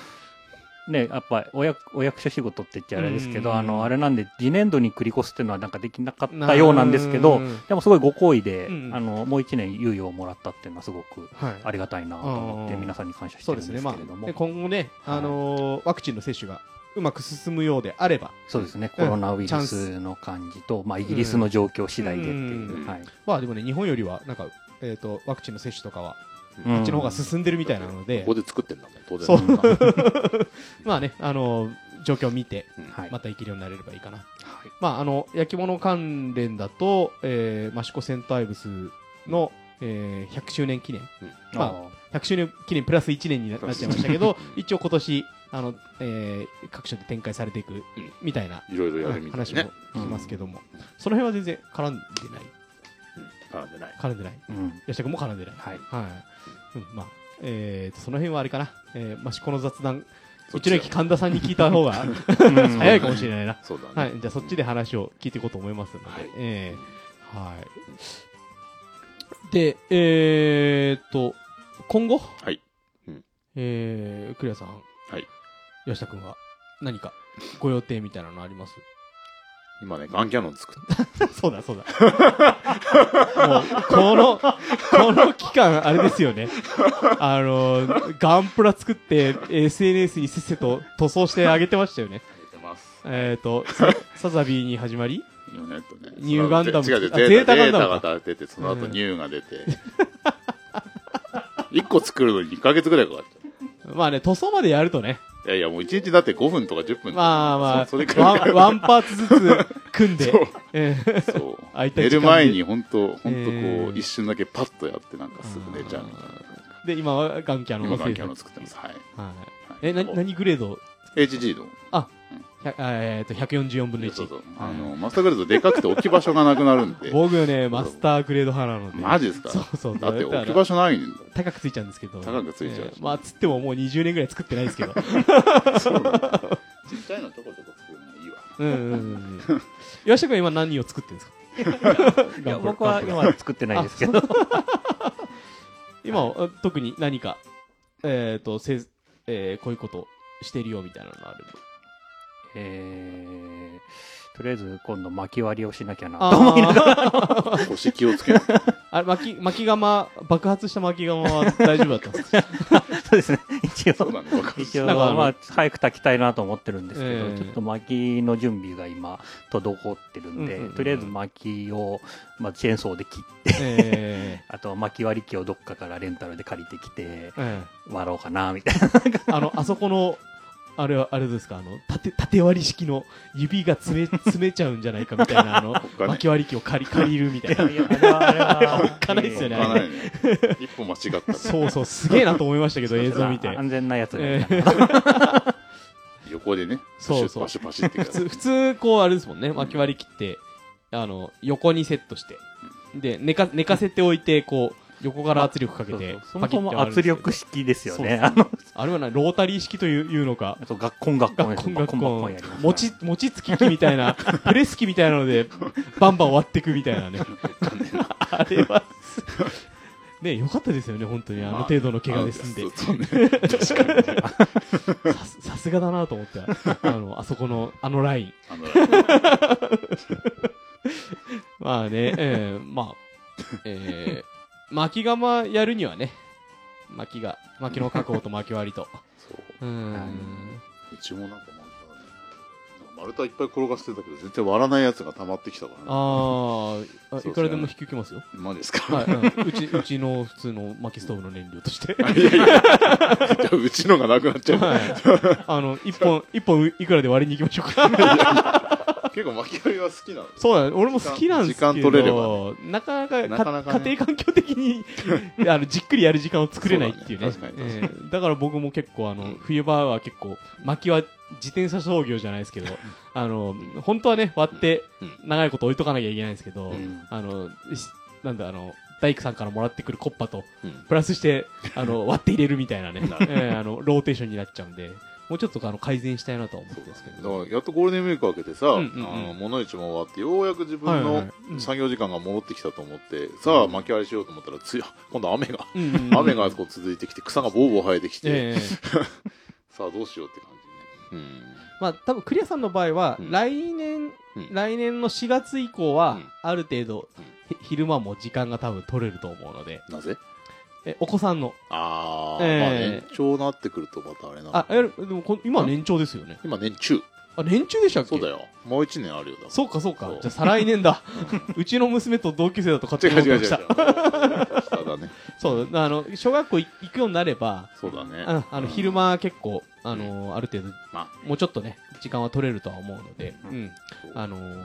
ね、やっぱお役お役所仕事って言っちゃあれですけ
う
ど、
ん
あの、あれなんで、次年度に繰り越すっていうのはなんかできなかったようなんですけど、でもすごいご好意で、
うん
あの、もう一年猶予をもらったっていうのはすごく
はい
ありがたいなと思って、
うん
皆さんに感謝して
そう
る
で
ん
す
で
ね、
す
ま
けれど
あ、
も
で。今後ね、
はい
あのーワクチンの接種がうまく進むようであれば、
そうですね、
うん
コロナウイ
チャン
ル
ス
スの感じと、まあ、イギリスの状況次第でっていう、
うん
はい。
まあでもね、日本よりは、なんか、えっ、と、ワクチンの接種とかは、
うん
こっちの方が進んでるみたいなので、
ここで作ってんだもん当然
そう
なんか
まあね、あのー状況を見て、
はい。
また生きるようになれればいいかな。
はい
まあ、あの、焼き物関連だと、えー、マシコセントアイブスの、えー100周年記念、まあ
あ
100周年記念プラス1年にななっちゃいましたけ
[LAUGHS]
ど、一応今年、あの、えー各所で展開されていく
うん
みたいな、
いろいろやるみたい
話
ね
も聞きますけども、その辺は全然絡んでない
あでない
絡んでない
ーうん
吉田君も絡んでない
はい。
はい、うん、まあえー、とその辺はあれかな、えー、ましこの雑談
そ
う
っち
ち
だ
の
よ
駅神田さんに聞いた方が早いかもしれないな、
そうだね
はい、じゃあそっちで話を聞いていこうと思いますので、
はい
えーはいでえー、と今後
はいうん
えー、クリアさん
はい
吉田君は何かご予定みたいなのあります
今ねガンキャノン作っ
[LAUGHS]
て
そうだそうだ。もう、この、この期間、あれですよね。あの、ガンプラ作って、SNS にせっせと塗装してあげてましたよね。
ます
えっ、と、ササザビーに始まり
ねとね
ニューガンダム
違う違う
あ
ゼータ
ゼータガ
ゼータ
ンダム
が出てその後
うん
ニューが出て [LAUGHS] 一個作るのに2ヶ月ぐらいかかっちゃ
まあね、塗装までやるとね。
ういやいやもう1日だって5分とか10分
まあま
そそれく
あ、
らい
ワンワンパーツずつ組んで
そう。
えー
そう
空いた時間で
寝る前に本当本当こ
えー
う一瞬だけパッとやってなんかすぐ寝ちゃうみたい
で、今はガンキャノ
な
ンの
今ガン
製
キャノ
作
ン。作ってますはい
はい、
はい
え、な、
こう
何グレード
HG の
ひゃえっ、と、144分の
そう
1
そ。うあのマスターグレードでかくて置き場所がなくなるんで
僕ね、マスターグレード派なので。
マジですか
そうそう。
だって
から
置き場所ないんだ
高くついちゃうんですけど
高くついちゃう
えーまあつってももう20年ぐらい作ってないですけど
ちっちゃいのちょこちょこ作るのいいわ
うんうんうんうん吉田君は今何を作ってるんですか
いや
ガンプラ
僕は
ガンプラ
今作ってないですけど、
今は特に何かえっ、とせ、えーこういうことしてるよみたいなのある
えーとりあえず今度巻き割りをしなきゃなと思いながら
あ
腰気をつけない
ーあれ巻き巻き釜爆発した巻き釜は大丈夫だったん
[LAUGHS]
ですか
そうですね [LAUGHS] 一
そう
応
だねわかる
一応
なんかあの
まあ早く炊きたいなと思ってるんですけど、
ええ
ちょっと巻きの準備が今滞ってるんで、
うんうんうん
とりあえず巻きを、まあ、チェーンソーで切って
え
あとは巻き割り機をどっかからレンタルで借りてきて
ーえ
割ろうかなみたいな
ーあのあそこのあれは、あれですか、あの、縦、縦割り式の指が詰め、詰めちゃうんじゃないかみたいな、あの、
かね
薪割り機を借り、借りるみたいな。
いやあれはあれ [LAUGHS] は
おっかないっすよね
置かないね一歩間違ったら
そうそう、すげえなと思いま
[LAUGHS]
したけど、映像見て。
安全なやつだよ
え
ね
ー
横でねパシ
そうそ
ュ
う
パシュパシュってや
普
る
通、普通、こう、あれですもんね、薪割り機って、あの、横にセットして、で、寝か、寝かせておいて、こう、横から圧力かけて、
そもそも
パキッ
圧
て割るんで
力
す
式ですよ
そう
ね。あの、
けど。あれはな、ロータリー式といういうのか、
あと学校学校
学校学校
やりますね
餅、餅つき機みたい [LAUGHS] な、プレス機みたいなので、バンバン割っていくみたいなね。あれは、ね、よかったですよね、本当に。あの程度の怪我で済んで
あ。そうそうね
さすさすがだなと思って、あの、あそこの、あのライン。
あの
まあね、えー、まあ、えー、巻き釜やるにはね、巻きが、巻きの確保と巻き割りと。
そう
うー
は
ん。
うちもなんかなんかなんか丸太いっぱい転がしてたけど全然割らないやつが溜まってきたからね
あー
そう
あ、
そう
いくらでも引き受けますよ。
まあですか、
はい、うんうち、うちの普通の薪ストーブの燃料として。
い、やいやじゃあうちのがなくなっちゃう、
はい。あの、一本、一本いくらで割りに行きましょ
[LAUGHS]
うか。
結構巻き割りは好きなの
そうだ、ね、俺も好きなんですけど、
時間取れれば
なかなかか
なかなかね
家庭環境的
[LAUGHS]
にあのじっくりやる時間を作れないっていうね。
そうだね確かに
ええだから僕も結構あの、
うん
冬場は結構、薪は自転車操業じゃないですけど、あの、本当はね、割って
う
長いこと置いとかなきゃいけないんですけど、
うん
あの、しなんだ、あの、大工さんからもらってくるコッパと、
うん
プラスして、あの、割って入れるみたいなね、
なるほど
ええあの、ローテーションになっちゃうんで、もうちょっとあの改善したいなとは思うんですけ
だ
ど。
からやっとゴールデンウィーク明けてさ、
うんうんうん
あの物市も終わってようやく自
は
分
いはいはい
の
うん
作業時間が戻ってきたと思って、さあ巻き割りしようと思ったらつい今度雨が、
うんうん
雨がこう続いてきて草がボーボー生えてきて、
ええ
さあどうしようって感じね、
まあ、多分クリアさんの場合は、
うん
来年、
うん
来年の4月以降は、
うん
ある程度、ひ昼間も時間が多分取れると思うので、
なぜ
え、お子さんの、
ああ、
ええ
まあ年長になってくるとまたあれな
あ、え、でもこ今年長ですよね。
今年中
あ、年中でしたっけ
そうだよもう一年あるよだ
そうかそうか
そう。
じゃあ再来年
[LAUGHS]
だ。うちの娘と同級生だと勝手
違
に
う
思っ
違
て
う違う
ま
違う
した。
下だね
そう、あの、小学校い行くようになれば、
そうだね
ああの、昼間結構、あの、ある程度、
ま
もうちょっとね、時間は取れるとは思うので、う
うん
ん。あのー、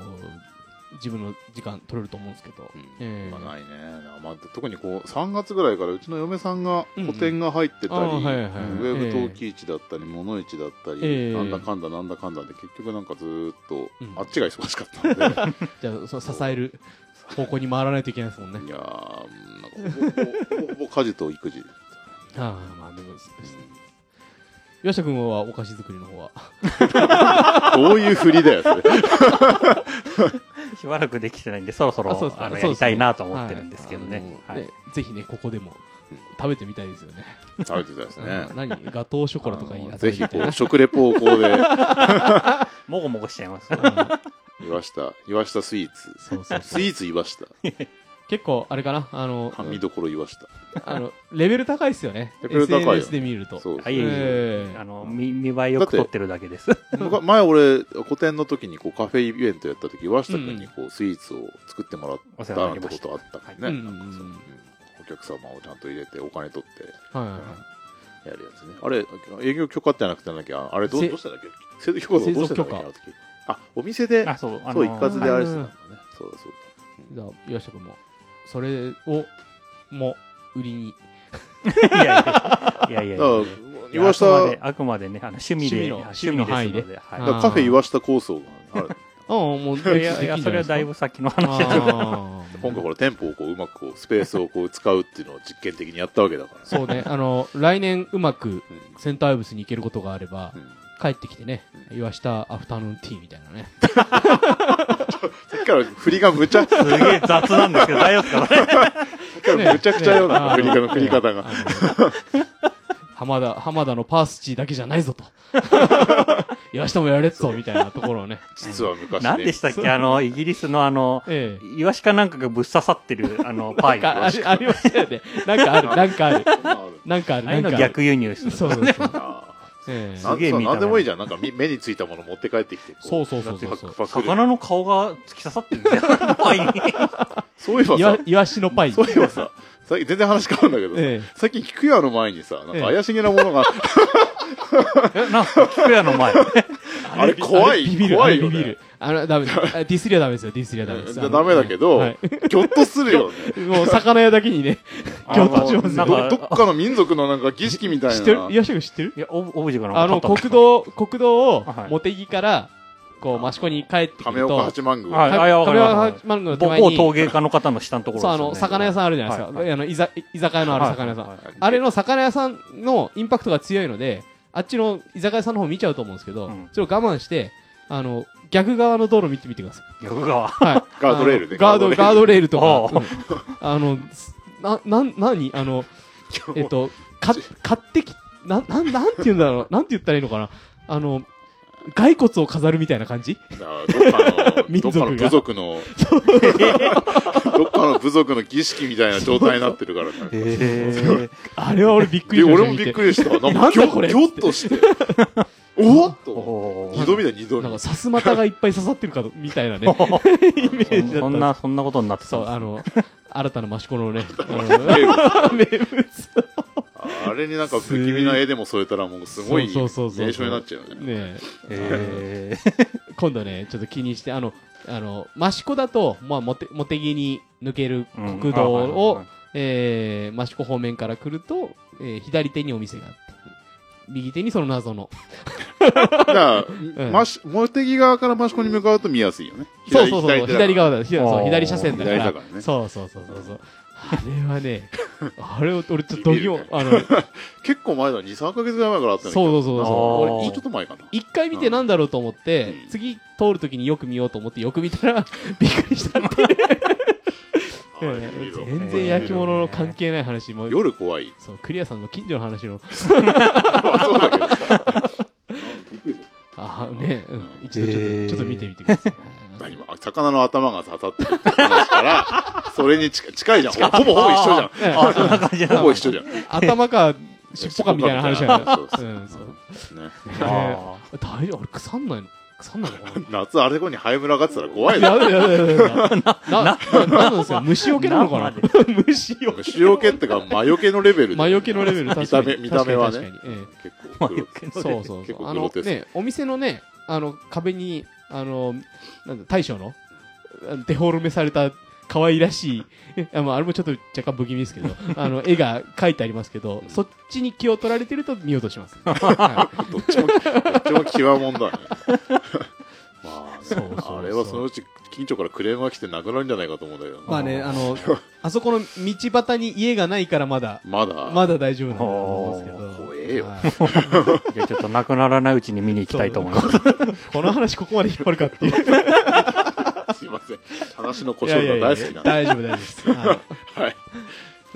自分の時間取れると思うんですけど
うん、
ええ
まあないね、まあ、特にこう3月ぐらいからうちの嫁さんが
うんうん
個展が入ってたり、
あーはいはい
ウェブ陶器市だったり、物市だったり、
ええ
なんだかんだなんだかんだで結局なんかずーっと、
うん
あっちが忙しかったんで [LAUGHS]
じゃあ、その支える方向に回らないといけないですもんね
い。やーなんかほぼほぼほぼ家事と育児、
ああ、まあ、でも、吉田君はお菓子作りの方は。
どういうふりだよそれ
しばらくできてないんで、そろそろ
あそうです
あ
そ
の
うです
やりたいなと思ってるんですけどね。
あ
は
の
い
ねぜひね、ここでも
うん
食べてみたいですよね。
食べてたですね
うん何ガトーショコラとかいい
あ
な
のぜひ
食べ
こ
てみ
う食レポをこうで
もごもごしちゃいます。
たいな
岩下岩下スイーツ
そうそうそ
ス
う
イーツ岩下
結構、あれかなあの、
甘味どころ岩下
あの、レベル高いですよね。
レベル高いよ
SNS で見ると。
そう
[LAUGHS]
あいえいえ
ええ
あの見見栄えよく撮ってるだけです。
僕は前俺個展の時にこうカフェイベントやった時岩下君にこうスイーツを作ってもらっ
お世
た
話
なんて
になりま
こ
した
とあったからね、
うん
なんかそううんお客様をちゃんと入れてお金取っ
はいはいはい。
てやるやつねあれ営業許可ってなくてなんだっけああれどう
せ
どうしたんだっけ製造許可どうした
製
んだっけ
造許可
あの時あお店で
あ、そう、あ
そ
の
う一括
[LAUGHS]
であれしてたんだねそうだそう
じゃあ、岩下君も、それを、も、売りに。
いやいやいやいやいやいや
だ
[LAUGHS]
だ
い
から
や。
岩下
あくまで、あくまでね、あの趣味
趣味
で、
の
で
趣
す
味の範囲
の
で
で、
あ
だ
ー
は
からカフェ岩下構想がある
ああ、もう、
い。いやいや、それはだいぶ先の話だ
あー
今回ほら店舗をこううまくこうスペースをこう使うっていうのを実験的にやったわけだから
そうね、あの、来年うまく
うん
センターアイブスに行けることがあれば
う、ん
帰ってきてね、岩下アフタヌーンティーみたいなね。
さっきから振りがむちゃ
[LAUGHS] すげえ雑なんですけど、大丈夫
[LAUGHS]
ですかこれ
むちゃくちゃような振り
ね
方の振り方
あ
が。
の浜田、浜田のパースチーだけじゃない
[LAUGHS]
ぞと。岩下もやれっぞみたいなところをね。
実は昔ね。
何でしたっけあの、イギリスのあの、
ええ。
イワシかなんかがぶっ刺さってる、あの、パイ。
なんか
あ
ありありましたよね。なんかある、なんかある。
あ
なんかある、
あい
な
う
んか
の
ある。
逆輸入する。
そうそうそう。
あ
ええ
あすげえ
そう
見た
な
目
んでもいいじゃん。なんかみ目についたもの持って帰ってきて。こ
そうそうそうそう
パックパクで。
魚の顔が突き刺さってるんだよ、パイに。
そういえば
いわ
さ、
イワシのパイ。
そういえばさ、さっき全然話変わるんだけどさ、
え
最近菊屋の前にさ、なんか
ええ
怪しげなものが、
え、なんすか菊屋の前。
あれ怖い
ビビる、
怖
あ
い
れ
よ
ビビ
ね
る。。あの、ダメです。あディスりはダメですよ、ディスりはダメです。
だダメだけど、
はい
ぎょっとするよね。
もう魚屋だけにね、
あ
ぎょ
の
っとします
な
よ
ん
どどっ
か、
かの民族のなんか儀式みたい
知ってる
な。
岩下君知ってる
いや、オブオブジェかな
あの、国道、国道を
あは、い
茂木から、こう、益子に帰ってく
亀
る
岡
と、
八幡宮。
はい
か
あいやわか
亀
るわかる
岡八幡宮の手
母
前
校
に、
陶芸家の方の下のところです
そう、あ
よね
の、魚屋さんあるじゃないですか。
はい
あの、居酒居酒屋のある魚屋さん。
はいはいはい
あれの魚屋さんのインパクトが強いので、あっちの居酒屋さんの方見ちゃうと思うんですけど、
うん
それを我慢して、あの、逆側の道路見てみてください。
逆側。
はい。
[LAUGHS] ガードレールね
あのガード、ガ
ガ
ー
ー
ド
ド
レールとか、うんあの、すな、なん、なにあの、えっと、か、買ってき、な、なん、なんて言うんだろう。なんて言ったらいいのかな。あの、骸骨を飾るみたいな感じ [LAUGHS]
あどっかの、
民
どっ
族
か
が
の部
[LAUGHS]
族の、どっかの部族の儀式みたいな状態になってるからね。
え
あれは俺びっくり
で、
しました。
俺もびっくりした。な
[LAUGHS]
ん
な
か
んだ
ぎょ
これ
ぎょっ
[LAUGHS]
として。おっ
ー。
と
お
二
ー
度見だ、二度
なん
見
か、。さすまたがいっぱい刺さってる
[LAUGHS]
かと、みたいなね、イメージだ
[LAUGHS] そ
っ
ん
た。
な、そんなことになってた
そ
ん
う、
です
あの、新たな益子のね、あ
[LAUGHS] 名物
の [LAUGHS] 名物。
あれになんか不気味な絵でも添えたらもうすごい
そ
名
うそうそうそう
称になっちゃうよね。
ね
え
え今度ね、ちょっと気にして、あの、あの、益子だと、まあ、もて、茂木に抜ける
ー
国道
うんあはいはい
を
はい、
えー、益子方面から来ると、えー左手にお店があって、右手にその謎の。[LAUGHS]
だから、
ん
まし、茂木側から益子に向かうと見やすいよね。
そうそうそう、左側
だ。
だ。左そう
あー
左車線だから。
左だからね
そうそうそうそうそう。あれはね、あれを、俺ちょっとドギモ、
ビビ
あの、そう
結構前だ、2、3ヶ月ぐらい前からあったんだけど。
そうそうそう。
あー
俺、
も
いう
ちょっと前かな。
一回見てなんだろうと思って、
うん
次通るときによく見ようと思って、よく見たら、 [LAUGHS] びっくりしたって。
あれ見るわ
全然焼き物の関係ない話も。
夜怖い。
そう、クリアさんの近所の話の、
そうだけど。
あーね、うん
うん
一度ちょっと、
へー
ちょっと見てみてください。
何今魚の頭が刺さってるって話から、
[LAUGHS]
それに近い近いじゃん。ほぼほぼ一緒じ
ー、あ、そんな感じ
ゃん。
な
ほぼ
の
一緒じゃん。
頭か、尻尾かみたいな話だ
そう
う
そ
ん、そう。
うね
あ
大丈夫あれ腐んないの腐んないのかな
夏あれこにハエムラがってたら怖い
や
な。
だやだやだやだ。な、な、なんですか虫よけなのかな
生
虫よ
虫除けってか魔除けのレベルで。
け。魔よけのレベル、
見
確か
た
に。
目見た目はね
確かに確かにええ
結
ー
構
魔除けのレベル
そうそうそ
結
う。
構
あ
グロ
の
テスク
ね、お店のね、あの、壁に、あの、なんだ、大将の、あのデフォルメされた、可愛らしい、えあまああれもちょっと若干不気味ですけど、あの、絵が描いてありますけど、そっちに気を取られてると見落とします。はい
どっちも、どっちも際もん
[LAUGHS]
だね。まあね、
そうそうそう
あれはそのうち近所からクレームが来てなくなるんじゃないかと思うんだけどな。
まあね、あの、あそこの道端に家がないからまだ、
まだ、
まだ大丈夫なんだと思うんですけ
[LAUGHS] お
ど。
ー怖
は
えよ
い
じゃあちょっとなくならないうちに見に行きたいと思います。
この話ここまで引っ張るかって
[LAUGHS]
いう。
すいません。話の故障が大好きなんで。
大丈夫、大丈夫です。 [LAUGHS] はい
はい。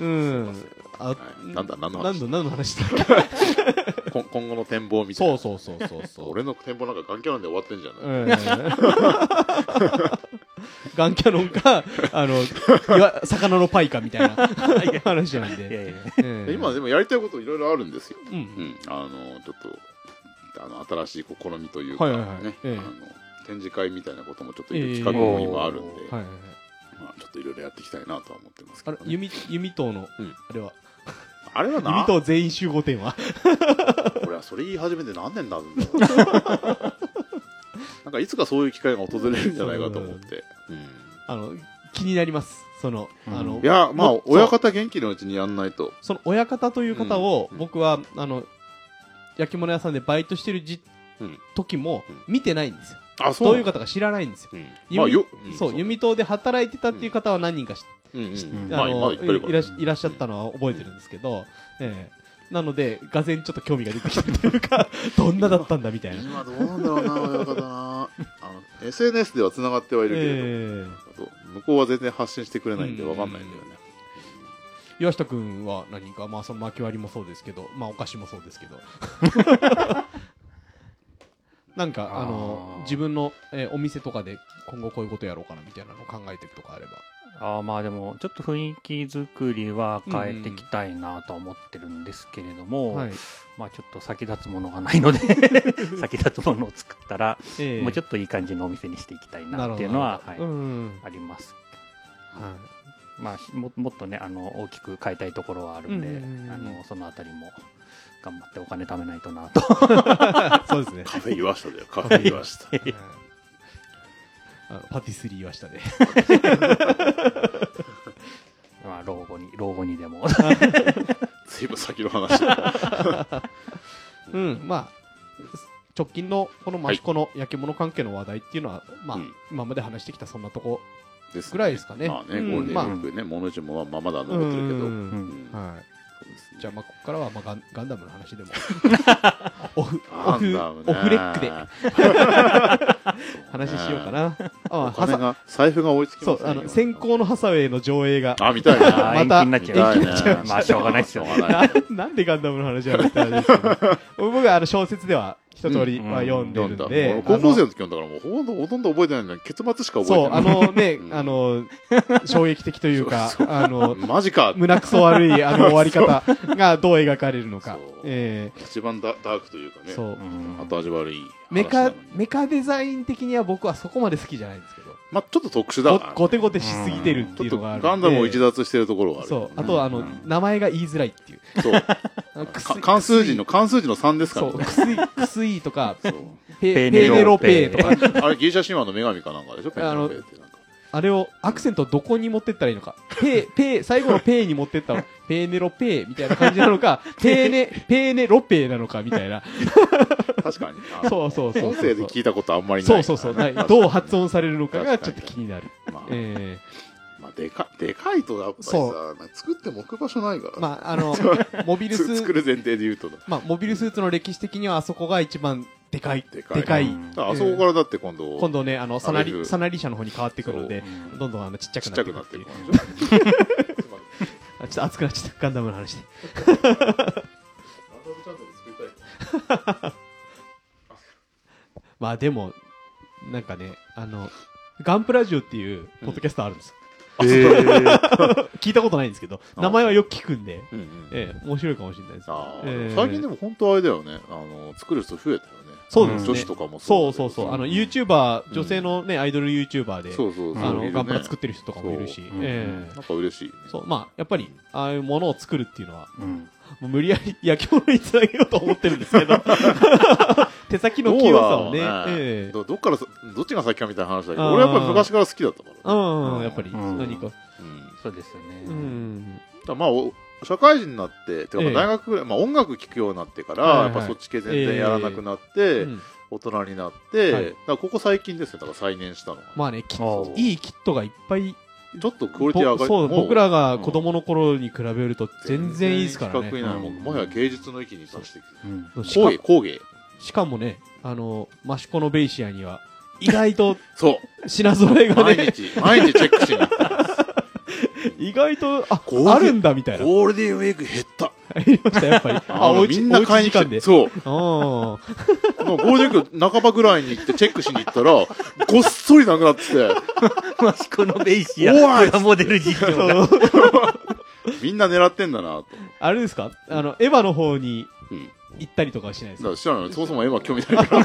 うん。あ
はいなんだ何の話
何の何の話だっ
[LAUGHS]
け
こん今後の展望みた
そ
いな。
うそうそうそうそう。
俺の展望なんか眼鏡なんで終わってんじゃない、
うん。ガンキャノンか、あの、いわ魚のパイかみたいな
[LAUGHS]
話なん
いや
で。
いやいや
うん
今、でもやりたいこといろいろあるんですよ。
うん。
うん、あのちょっとあの新しい試みというか、
は
ね
いはいはいええ
あの展示会みたいなこともちょっといろいろ企画も今あるん
は
で、
いはいはい。
まあ、ちょっといろいろやっていきたいなとは思ってます
あ
け
れ
ど、、ね、
弓、弓党の、あれは、
あれは
弓 [LAUGHS]
な
党全員集合点は。
俺はそれ言い始めて何年になるんだろう [LAUGHS] なんかいつかそういう機会が訪れるんじゃないかと思って、
あの、気になります。その、
うん
あの
い、やまあ
もう
親方元気のうちにやんないと
その親方という方を、
うん
僕は、あの、焼き物屋さんでバイトしてるじ、
うん
時も
うん
見てないんですよ。
あ
そういう
か、
方が知らないんですよ。
うん
弓
まあよ、
そう、
うん
弓党で働いてたっていう方は何人か知っ
うんうん
うん
ま
あ
あ
の、
今いっぱいいる
い
からら
っしいらっしゃったのは覚えてるんですけど、ええなので、がぜんちょっと興味が出てきたというか、どんなだったんだみたいな。
今どうなんだろうな親方なあの SNS ではつながってはいるけれ
え
ども、
え
あと向こうは全然発信してくれないんでわかんないんだよね、 [LAUGHS]
岩下くんは何か、まあその薪割りもそうですけど、まあお菓子もそうですけど。なんか、あの
あ、ー
自分の、えーお店とかで今後こういうことやろうかなみたいなのを考えてるとかあれば。
あーまあでもちょっと雰囲気作りは変えていきたいなとは思ってるんですけれども、
はい
まあちょっと先立つものがな
[LAUGHS]
いので先立つものを作ったら、
ええ
もうちょっといい感じのお店にしていきたいなっていうのは、
なる
はい
ほどうん
あります。
は
まあ、ひももっとねあの大きく変えたいところはあるんで、
うんうんうん
あのそのあたりも頑張ってお金貯めないとなと
いそうですね
カフェ岩下だよカフェ岩 [LAUGHS] 下
[LAUGHS] はいあのパティスリーは下で
まあ老後に老後に
[LAUGHS]
でも
ずいぶん先の話だ
うんまあ直近のこの益子の焼き物関係の話題っていうのは、まあ、
うん
今まで話してきたそんなとこ
です
ぐらいですかね。
まあね
うん
ゴールデンウ
まあ
ィークね物事もまあまだ残ってるけ
う
どうん
ん
そう
はい。
ですね
じゃあ、まあ、ここからは、まあ、ガンガンダムの話
[LAUGHS]
でも。オフ、オ
ガン
フ
ダム、ね
オフレックで話しようかな。あ
お
は
金
さ、
が財布が追いつき
そ
ま
う
せ、ん
あ
よ
の、先行のハサウェイの上映が。
あ見たいな
あー
また
延期になっ
見た
ち
[LAUGHS]
ゃ
延期になっちゃ
いうね
いま
した [LAUGHS] まあしょうがないっすよね
しょうがない
ななんでガンダムの話はみたいですけ
[LAUGHS]
ど、僕があの小説では一通りは読んでる
読ん
ん
だ
で、
もう高校生の時読んだからもうほとんどほとんど覚えてないんだけど結末しか覚
そう、あ
えてない
のね
う、ん
あの、衝撃的というか
[LAUGHS] そ、
あの、
マジか
胸くそ悪いあの終わり方がどう描かれるのか
そう。
え
一番ダダークというか
え
ね
そう。
うん
後味悪い
メ
話なの
カ
に、
メカデザイン的には僕はそこまで好きじゃないんですけど、
まあちょっと特殊だから
ごごてごてしすぎてるっ
ち
て
ょ
い
っ
うの
と
があるんで。
ガンダムを逸脱してるところがあるよ
そ
ね
う。あとは、あの、
うん
名前が言いづらいっていう。 [LAUGHS]
そう
あのくす
か関数字の関数字の3ですか
そ
ら
う、
ね
くすい、くすいとか、
[LAUGHS] そ
ペ
う
ペ
ペ
ー
ネ
ネロ
ロペ
ペーとか、
あれギリシャ神話の女神かなんかでしょペンロペってなんか
あれをアクセントどこに持ってったらいいのか。ペー、ペー、最後のペーに持ってったの。ペーネロペーみたいな感じなのか、ペーネ、ペーネロペーなのかみたいな。
確かに
そうそうそうそう。
音声で聞いたことあんまりない
そうそうそう。ないどう発音されるのかがちょ
確か
っ
に
と気になる。
まあ [LAUGHS]
ええ
まあでかでかいとやっぱり
そ
さ作っても置く場所ないから
まあ、あ
[LAUGHS]
の、モビルス
つ作る前提で言うとだ
まあ、モビルスーツの歴史的にはあそこが一番でかい。
でかい
でかい
うん
あそこからだって今度
今度ね、あの、サナ
あれ
リ、
ふ
サナリ社の方に変わってくるので
そうう、ん
どんどんあの、ちっちゃく
ちっ
な
ち
っ
ゃ
て
く
く
な
る
っ
って
て
いう
るか。ら
[LAUGHS]
でしょ
あちょっと熱くなっちゃった。ガンダムの話で。まあ、でも、なんかね、あの、ガンプラジオっていう、ポッドキャストあるんですよ。聞いたことないんですけど、
あ
名前はよく聞くんで、
うんうん
[LAUGHS] ええ、面白いかもしれないです。
あ
え
ー
え
最近でも本当あれだよねあの作る人増えたよね
そうですね
女子とかも
そうそ
だけど
うそう。
ん
あの、
うん
YouTuber、女性のね、アイドル YouTuber で、
そうそうそう
あ
いる
の、
ね
ガンプラ作ってる人とかもいるし
そ、
う
ええ
なんか嬉しいね
そう、まあ、やっぱり、ああいうものを作るっていうのは、
うん
もう無理やり焼き物につなげようと思ってるんですけ [LAUGHS] ど、手先の器用さをね、
どうだろう
ええ
どどっからそどっちが先かみたいな話だけ
あー
ど俺はやっぱり昔から好きだったからね
うん、やっぱり、
うん
何か、
うんだか
そうですよね、
うん、
らまあお社会人になっててかま
ええ
あ大学ぐらいまあ音楽聴くようになってから
はいはい
やっぱそっち系全然やらなくなって
うん
大人になっ
はい
てだからここ最近ですねだから再燃したのが
まあね、き
おう
いいキットがいっぱい、
ちょっとクオリティ上が
ぼ
り
そう、
もう
僕らが子供の頃に比べると全然いいですから
比較に
ね。
なるもんもはや芸術の域に達してきて
う
そ
ん [LAUGHS]
うし
工
か
芸工芸
しかもね、あの、益子のベイシアには、意外と [LAUGHS]
そう
品揃えが
毎
ね、
日、毎日チェック
[LAUGHS]
しに行ってます
意外と、あ、
こういう
あるんだみたいな。
ゴールデンウィーク減った。
ありました、やっぱり。 [LAUGHS] あ、おうち、
みんな
おうち
買いに
時
来
間で
て、。そう。
うん。
もうゴールデンウィーク半ばぐらいに行ってチェックしに行ったら、ごっそりなくなってて、
マシコのベイシア
おい
プラモデル事
[LAUGHS]
情
そ
が
う
みんな狙ってんだなと。
あれですかあの、エヴァの方に
うん。
行ったりとかはしないです
だか
から
知らない。そもそも今興味ないから。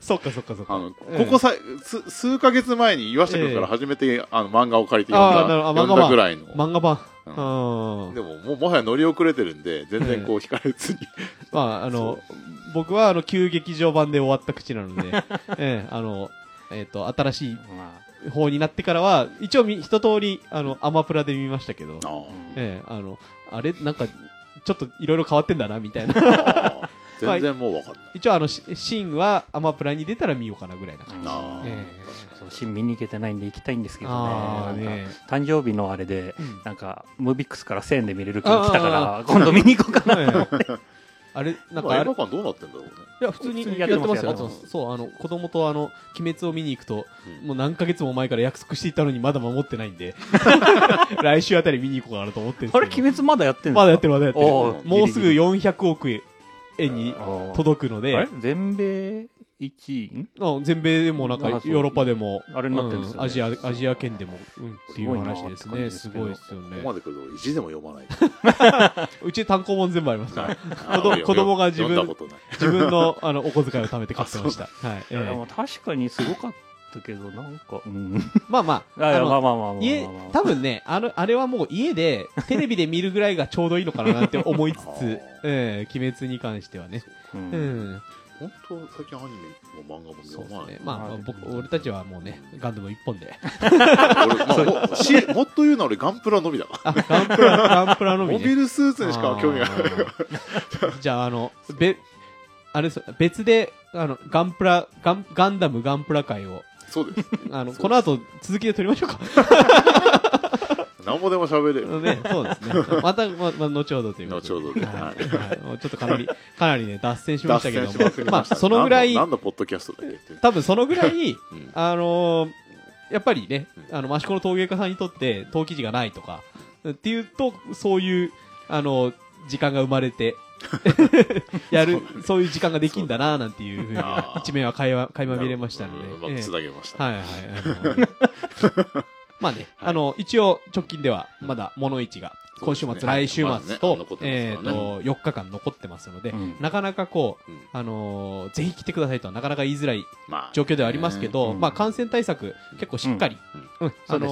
そっかそっかそっか。
あの、ここさ、す数ヶ月前に岩下君から初めて、あの、漫画を借りて
あ
読
ー
ん
なる
だ、
ほどあ
読ん
漫画
だ
は
ぐらいの。
漫画版。
う
うん。
でも、もう、もはや乗り遅れてるんで、全然こう、惹かれず
[LAUGHS]
に。
まあ、あの、僕はあの、旧劇場版で終わった口なの
[LAUGHS]
で、ええ、あの、えっと、新し [LAUGHS]
まあ
い方になってからは、一応み一通り、あの、アマプラで見ましたけど、
あ
ええ、あの、あれ、なんか、ちょっといろいろ変わってんだな、みたいな。
[LAUGHS] あ全然もう分かんない。
一応あの、シシーンはアマプラに出たら見ようかなぐらいな感じ。
あー
え
そう新見に行けてないんで行きたいんですけどね
あー
なんか
ね
誕生日のあれで
うん
なんかムービックスから1000円で見れる気が来たか
あー
ら今度見に行こうか
[LAUGHS]
な
え
[LAUGHS]
あれ、なんか
今
あ
映画
れ、
館どうなってんだろうね。
いや、普通に
普通に
や
や
っ
っ
ま
ててますす
よ。
や
や
ってます
そう、あの、子供とあの、鬼滅を見に行くと、
うん
もう何ヶ月も前から約束していたのにまだ守ってないん
[LAUGHS]
で、来週あたり見に行こうかなと思ってるんです
あ
けど。
れ鬼滅まだやってんですか
まだやってるまだやってる。
おー
もうすぐ
ギリギリ
400億円に
あー
届くの
あ
で
れ、全米1位ん
あ全米でもなんか
あ
ヨ
そう
ーロッパでも
あれになってるんですよね
うアジアアジア圏でも、うん、っていう話ですねす
す
ごい
ごい
で
な
すよ
こ
ね
こまで来ると俺意地でも読
[LAUGHS]
まない。
うち単行本全部ありますから
子
供子供が自分
読んだことない。
自分のあのお小遣いを貯めて買ってましたはい、え
いやで
え
も確かにすごかったけどなんかうん
まあま [LAUGHS] あ
あ
あ
いやま
の
あまあまあまあまあまあ
家多分ねあのあれはもう家でテレビで見るぐらいがちょうどいいのかななんて思いつ
あ
つ
ー、
ええ鬼滅に関してはね
う
うんん
本当最近アニメも漫画も
そう
読
です
まない
ね。まあ、まあ、僕俺たちはもうねガンダム一本で
俺まあもうし [LAUGHS] もっと言うなら俺ガンプラのみだわ。
あガンプラガンプラのみ、ね、
モビルスーツにしか興味がない。
あーじゃあ、あの、べ、あれですよ別で、あの、ガンプラ、ガン、ガンダムガンプラ会を、
そうです。
あの、
そう
この後続きで撮りましょうか。
なんぼでも喋れる。
ね、そうですね。また、ま、ま、後ほどということ
後
で。
ほどで。
は
はい
いはいもうちょっとか
[LAUGHS]
なり、かなりね、脱線しましたけど
脱線しまくり
も、まあ、そのぐらい、
何の何のポッドキャストだっけ
多分そのぐらい、
うん
あのーやっぱりね、
うん
あの、益子の陶芸家さんにとって、陶器地がないとか、っていうと、そういう、あの時間が生まれ
[LAUGHS]
て、やる、そういう時間ができんだな、なんていうふうに
あ、ー
一面は垣間垣間見れましたので。
うんうまくつなげました。
はいはい。あ
[LAUGHS]
のまあね、あの、一応、直近では、まだ、物市が、今週末、
そうですね
来週末
まだね
と
残、ってますからね
えっと、4日間残ってますので、
うん
なかなかこう
うん、
あのーぜひ来てくださいとはなかなか言いづらい
まあ
状況ではありますけど、
うん
まあ感染対策結構しっかり、うんあ
そう
の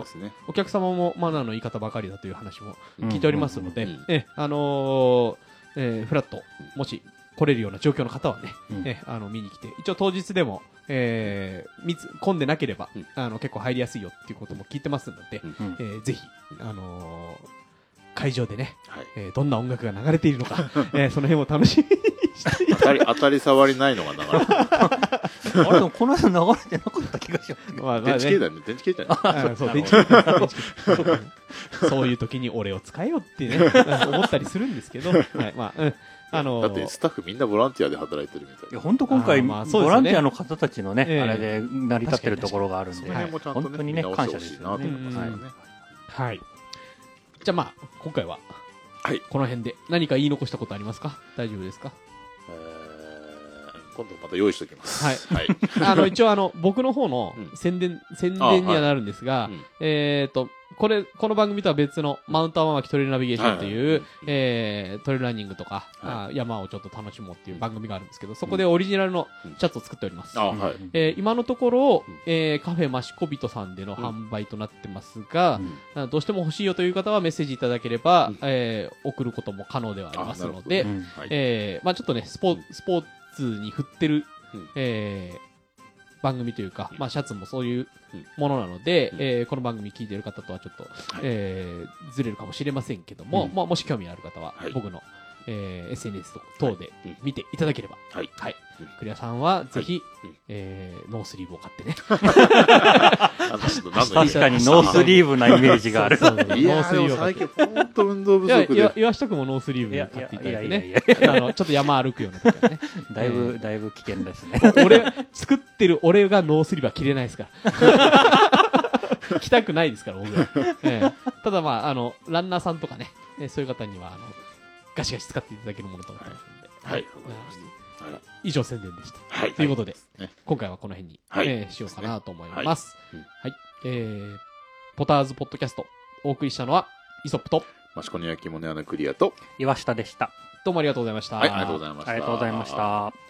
ー
ですね。
お客様もマナーの言い方ばかりだという話も聞いておりますので、
うんうんうん
えあのーえーフラットもし来れるような状況の方はね、
うん
えあの見に来て一応当日でも、えー密混んでなければ、
うん
あの結構入りやすいよっていうことも聞いてますので、
うん
うん
えーぜひ、あのー会場でね、 [LAUGHS]
はい。
えーどんな音楽が流れているの
[LAUGHS]
か、えーその辺も楽しみにして
当たり、当たり障りないのが流れてる。
[LAUGHS] あれでもこの間流れてなかった気がします
[LAUGHS] まあまあね
電池携帯ね、電池携帯ね。
あそう、電池
[LAUGHS]
そういう時に俺を使えよってね、思ったりするんですけど、はい、まあ、うん、あの
だってスタッフみんなボランティアで働いてるみたい
いや
な。
本当今
あー
回、
まあそうです
ボ
よ
ラ
ね
ンティアの方たちのね、
ええ
あれで成り立ってるところがあるんで、
確かに
確かに
はい本当にね、
その
感
辺も
謝で
ち
す
ゃんとね
よね。
見直してほしいなと思います
は
うんは
い
い。じゃあまあ、今回は、
はい。
この辺で何か言い残したことありますか大丈夫ですか
えー今度また用意しておきます。はい。
[LAUGHS] あの、一応あの、僕の方の
うん
宣伝、宣伝にはなるんですが
はいうん、
えっと、これ、この番組とは別の、マウントアママキトレイルナビゲーションと
はい
い
は
う
い、
えートレイルランニングとか、
は
あー山をちょっと楽しもうっていう番組があるんですけど、そこでオリジナルのシャツを作っております。
あ、はい。
えー今のところ
うん、
えーカフェマシコビトさんでの販売となってますが、あのどうしても欲しいよという方はメッセージいただければ、
うん
えー送ることも可能ではありますの
え
で
う、ん
はい
えーまあちょっとね、スポ
うん
スポーツに振ってる、
うん
えー番組というか、
うん
まあシャツもそういう
うん
ものなので、
うん
えーこの番組聞いてる方とはちょっと、
い
えーずれるかもしれませんけども、
うん
まあもし興味ある方は
はい、
僕の、えー SNS 等で
うん
見ていただければ、
はい。
はい
うん。
クリアさんは、ぜひ、
うん
えーノースリーブを買ってね。
あの人何の
確かにノースリーブなイメージがある。
そうそうそう
い
ノ
や
ース
ー
リーブ
で
を
も
買っ
最
て。
近本当運動不
いや
足
いや
で、
岩下君もノースリー
いや
ブ買
いや
っていた
い
だ
や
いて
いや
ね。
いや、
あの、ちょっと山歩くような時はね。
だい
え
ぶ、だいぶ危険です [LAUGHS] ね。
俺、作ってる俺がノースリーブは着れないですから。着 [LAUGHS] たくないですから、僕は。ええただまあ、あの、ランナーさんとかね、ねそういう方には、あの、ガシガシ使っていただけるものと思ってますんで。
はい
うん
はい
以上宣伝でした。
はい。
ということで、
ね
今回はこの辺に、
はい
えーしようかなと思います。
ですね
はい、えー、ポターズポッドキャスト、お送りしたのは、イソップと、
マシコの焼き物屋のクリアと、
岩下でした。
どうもありがとうございました。
はい、ありがとうございました。
ありがとうございました。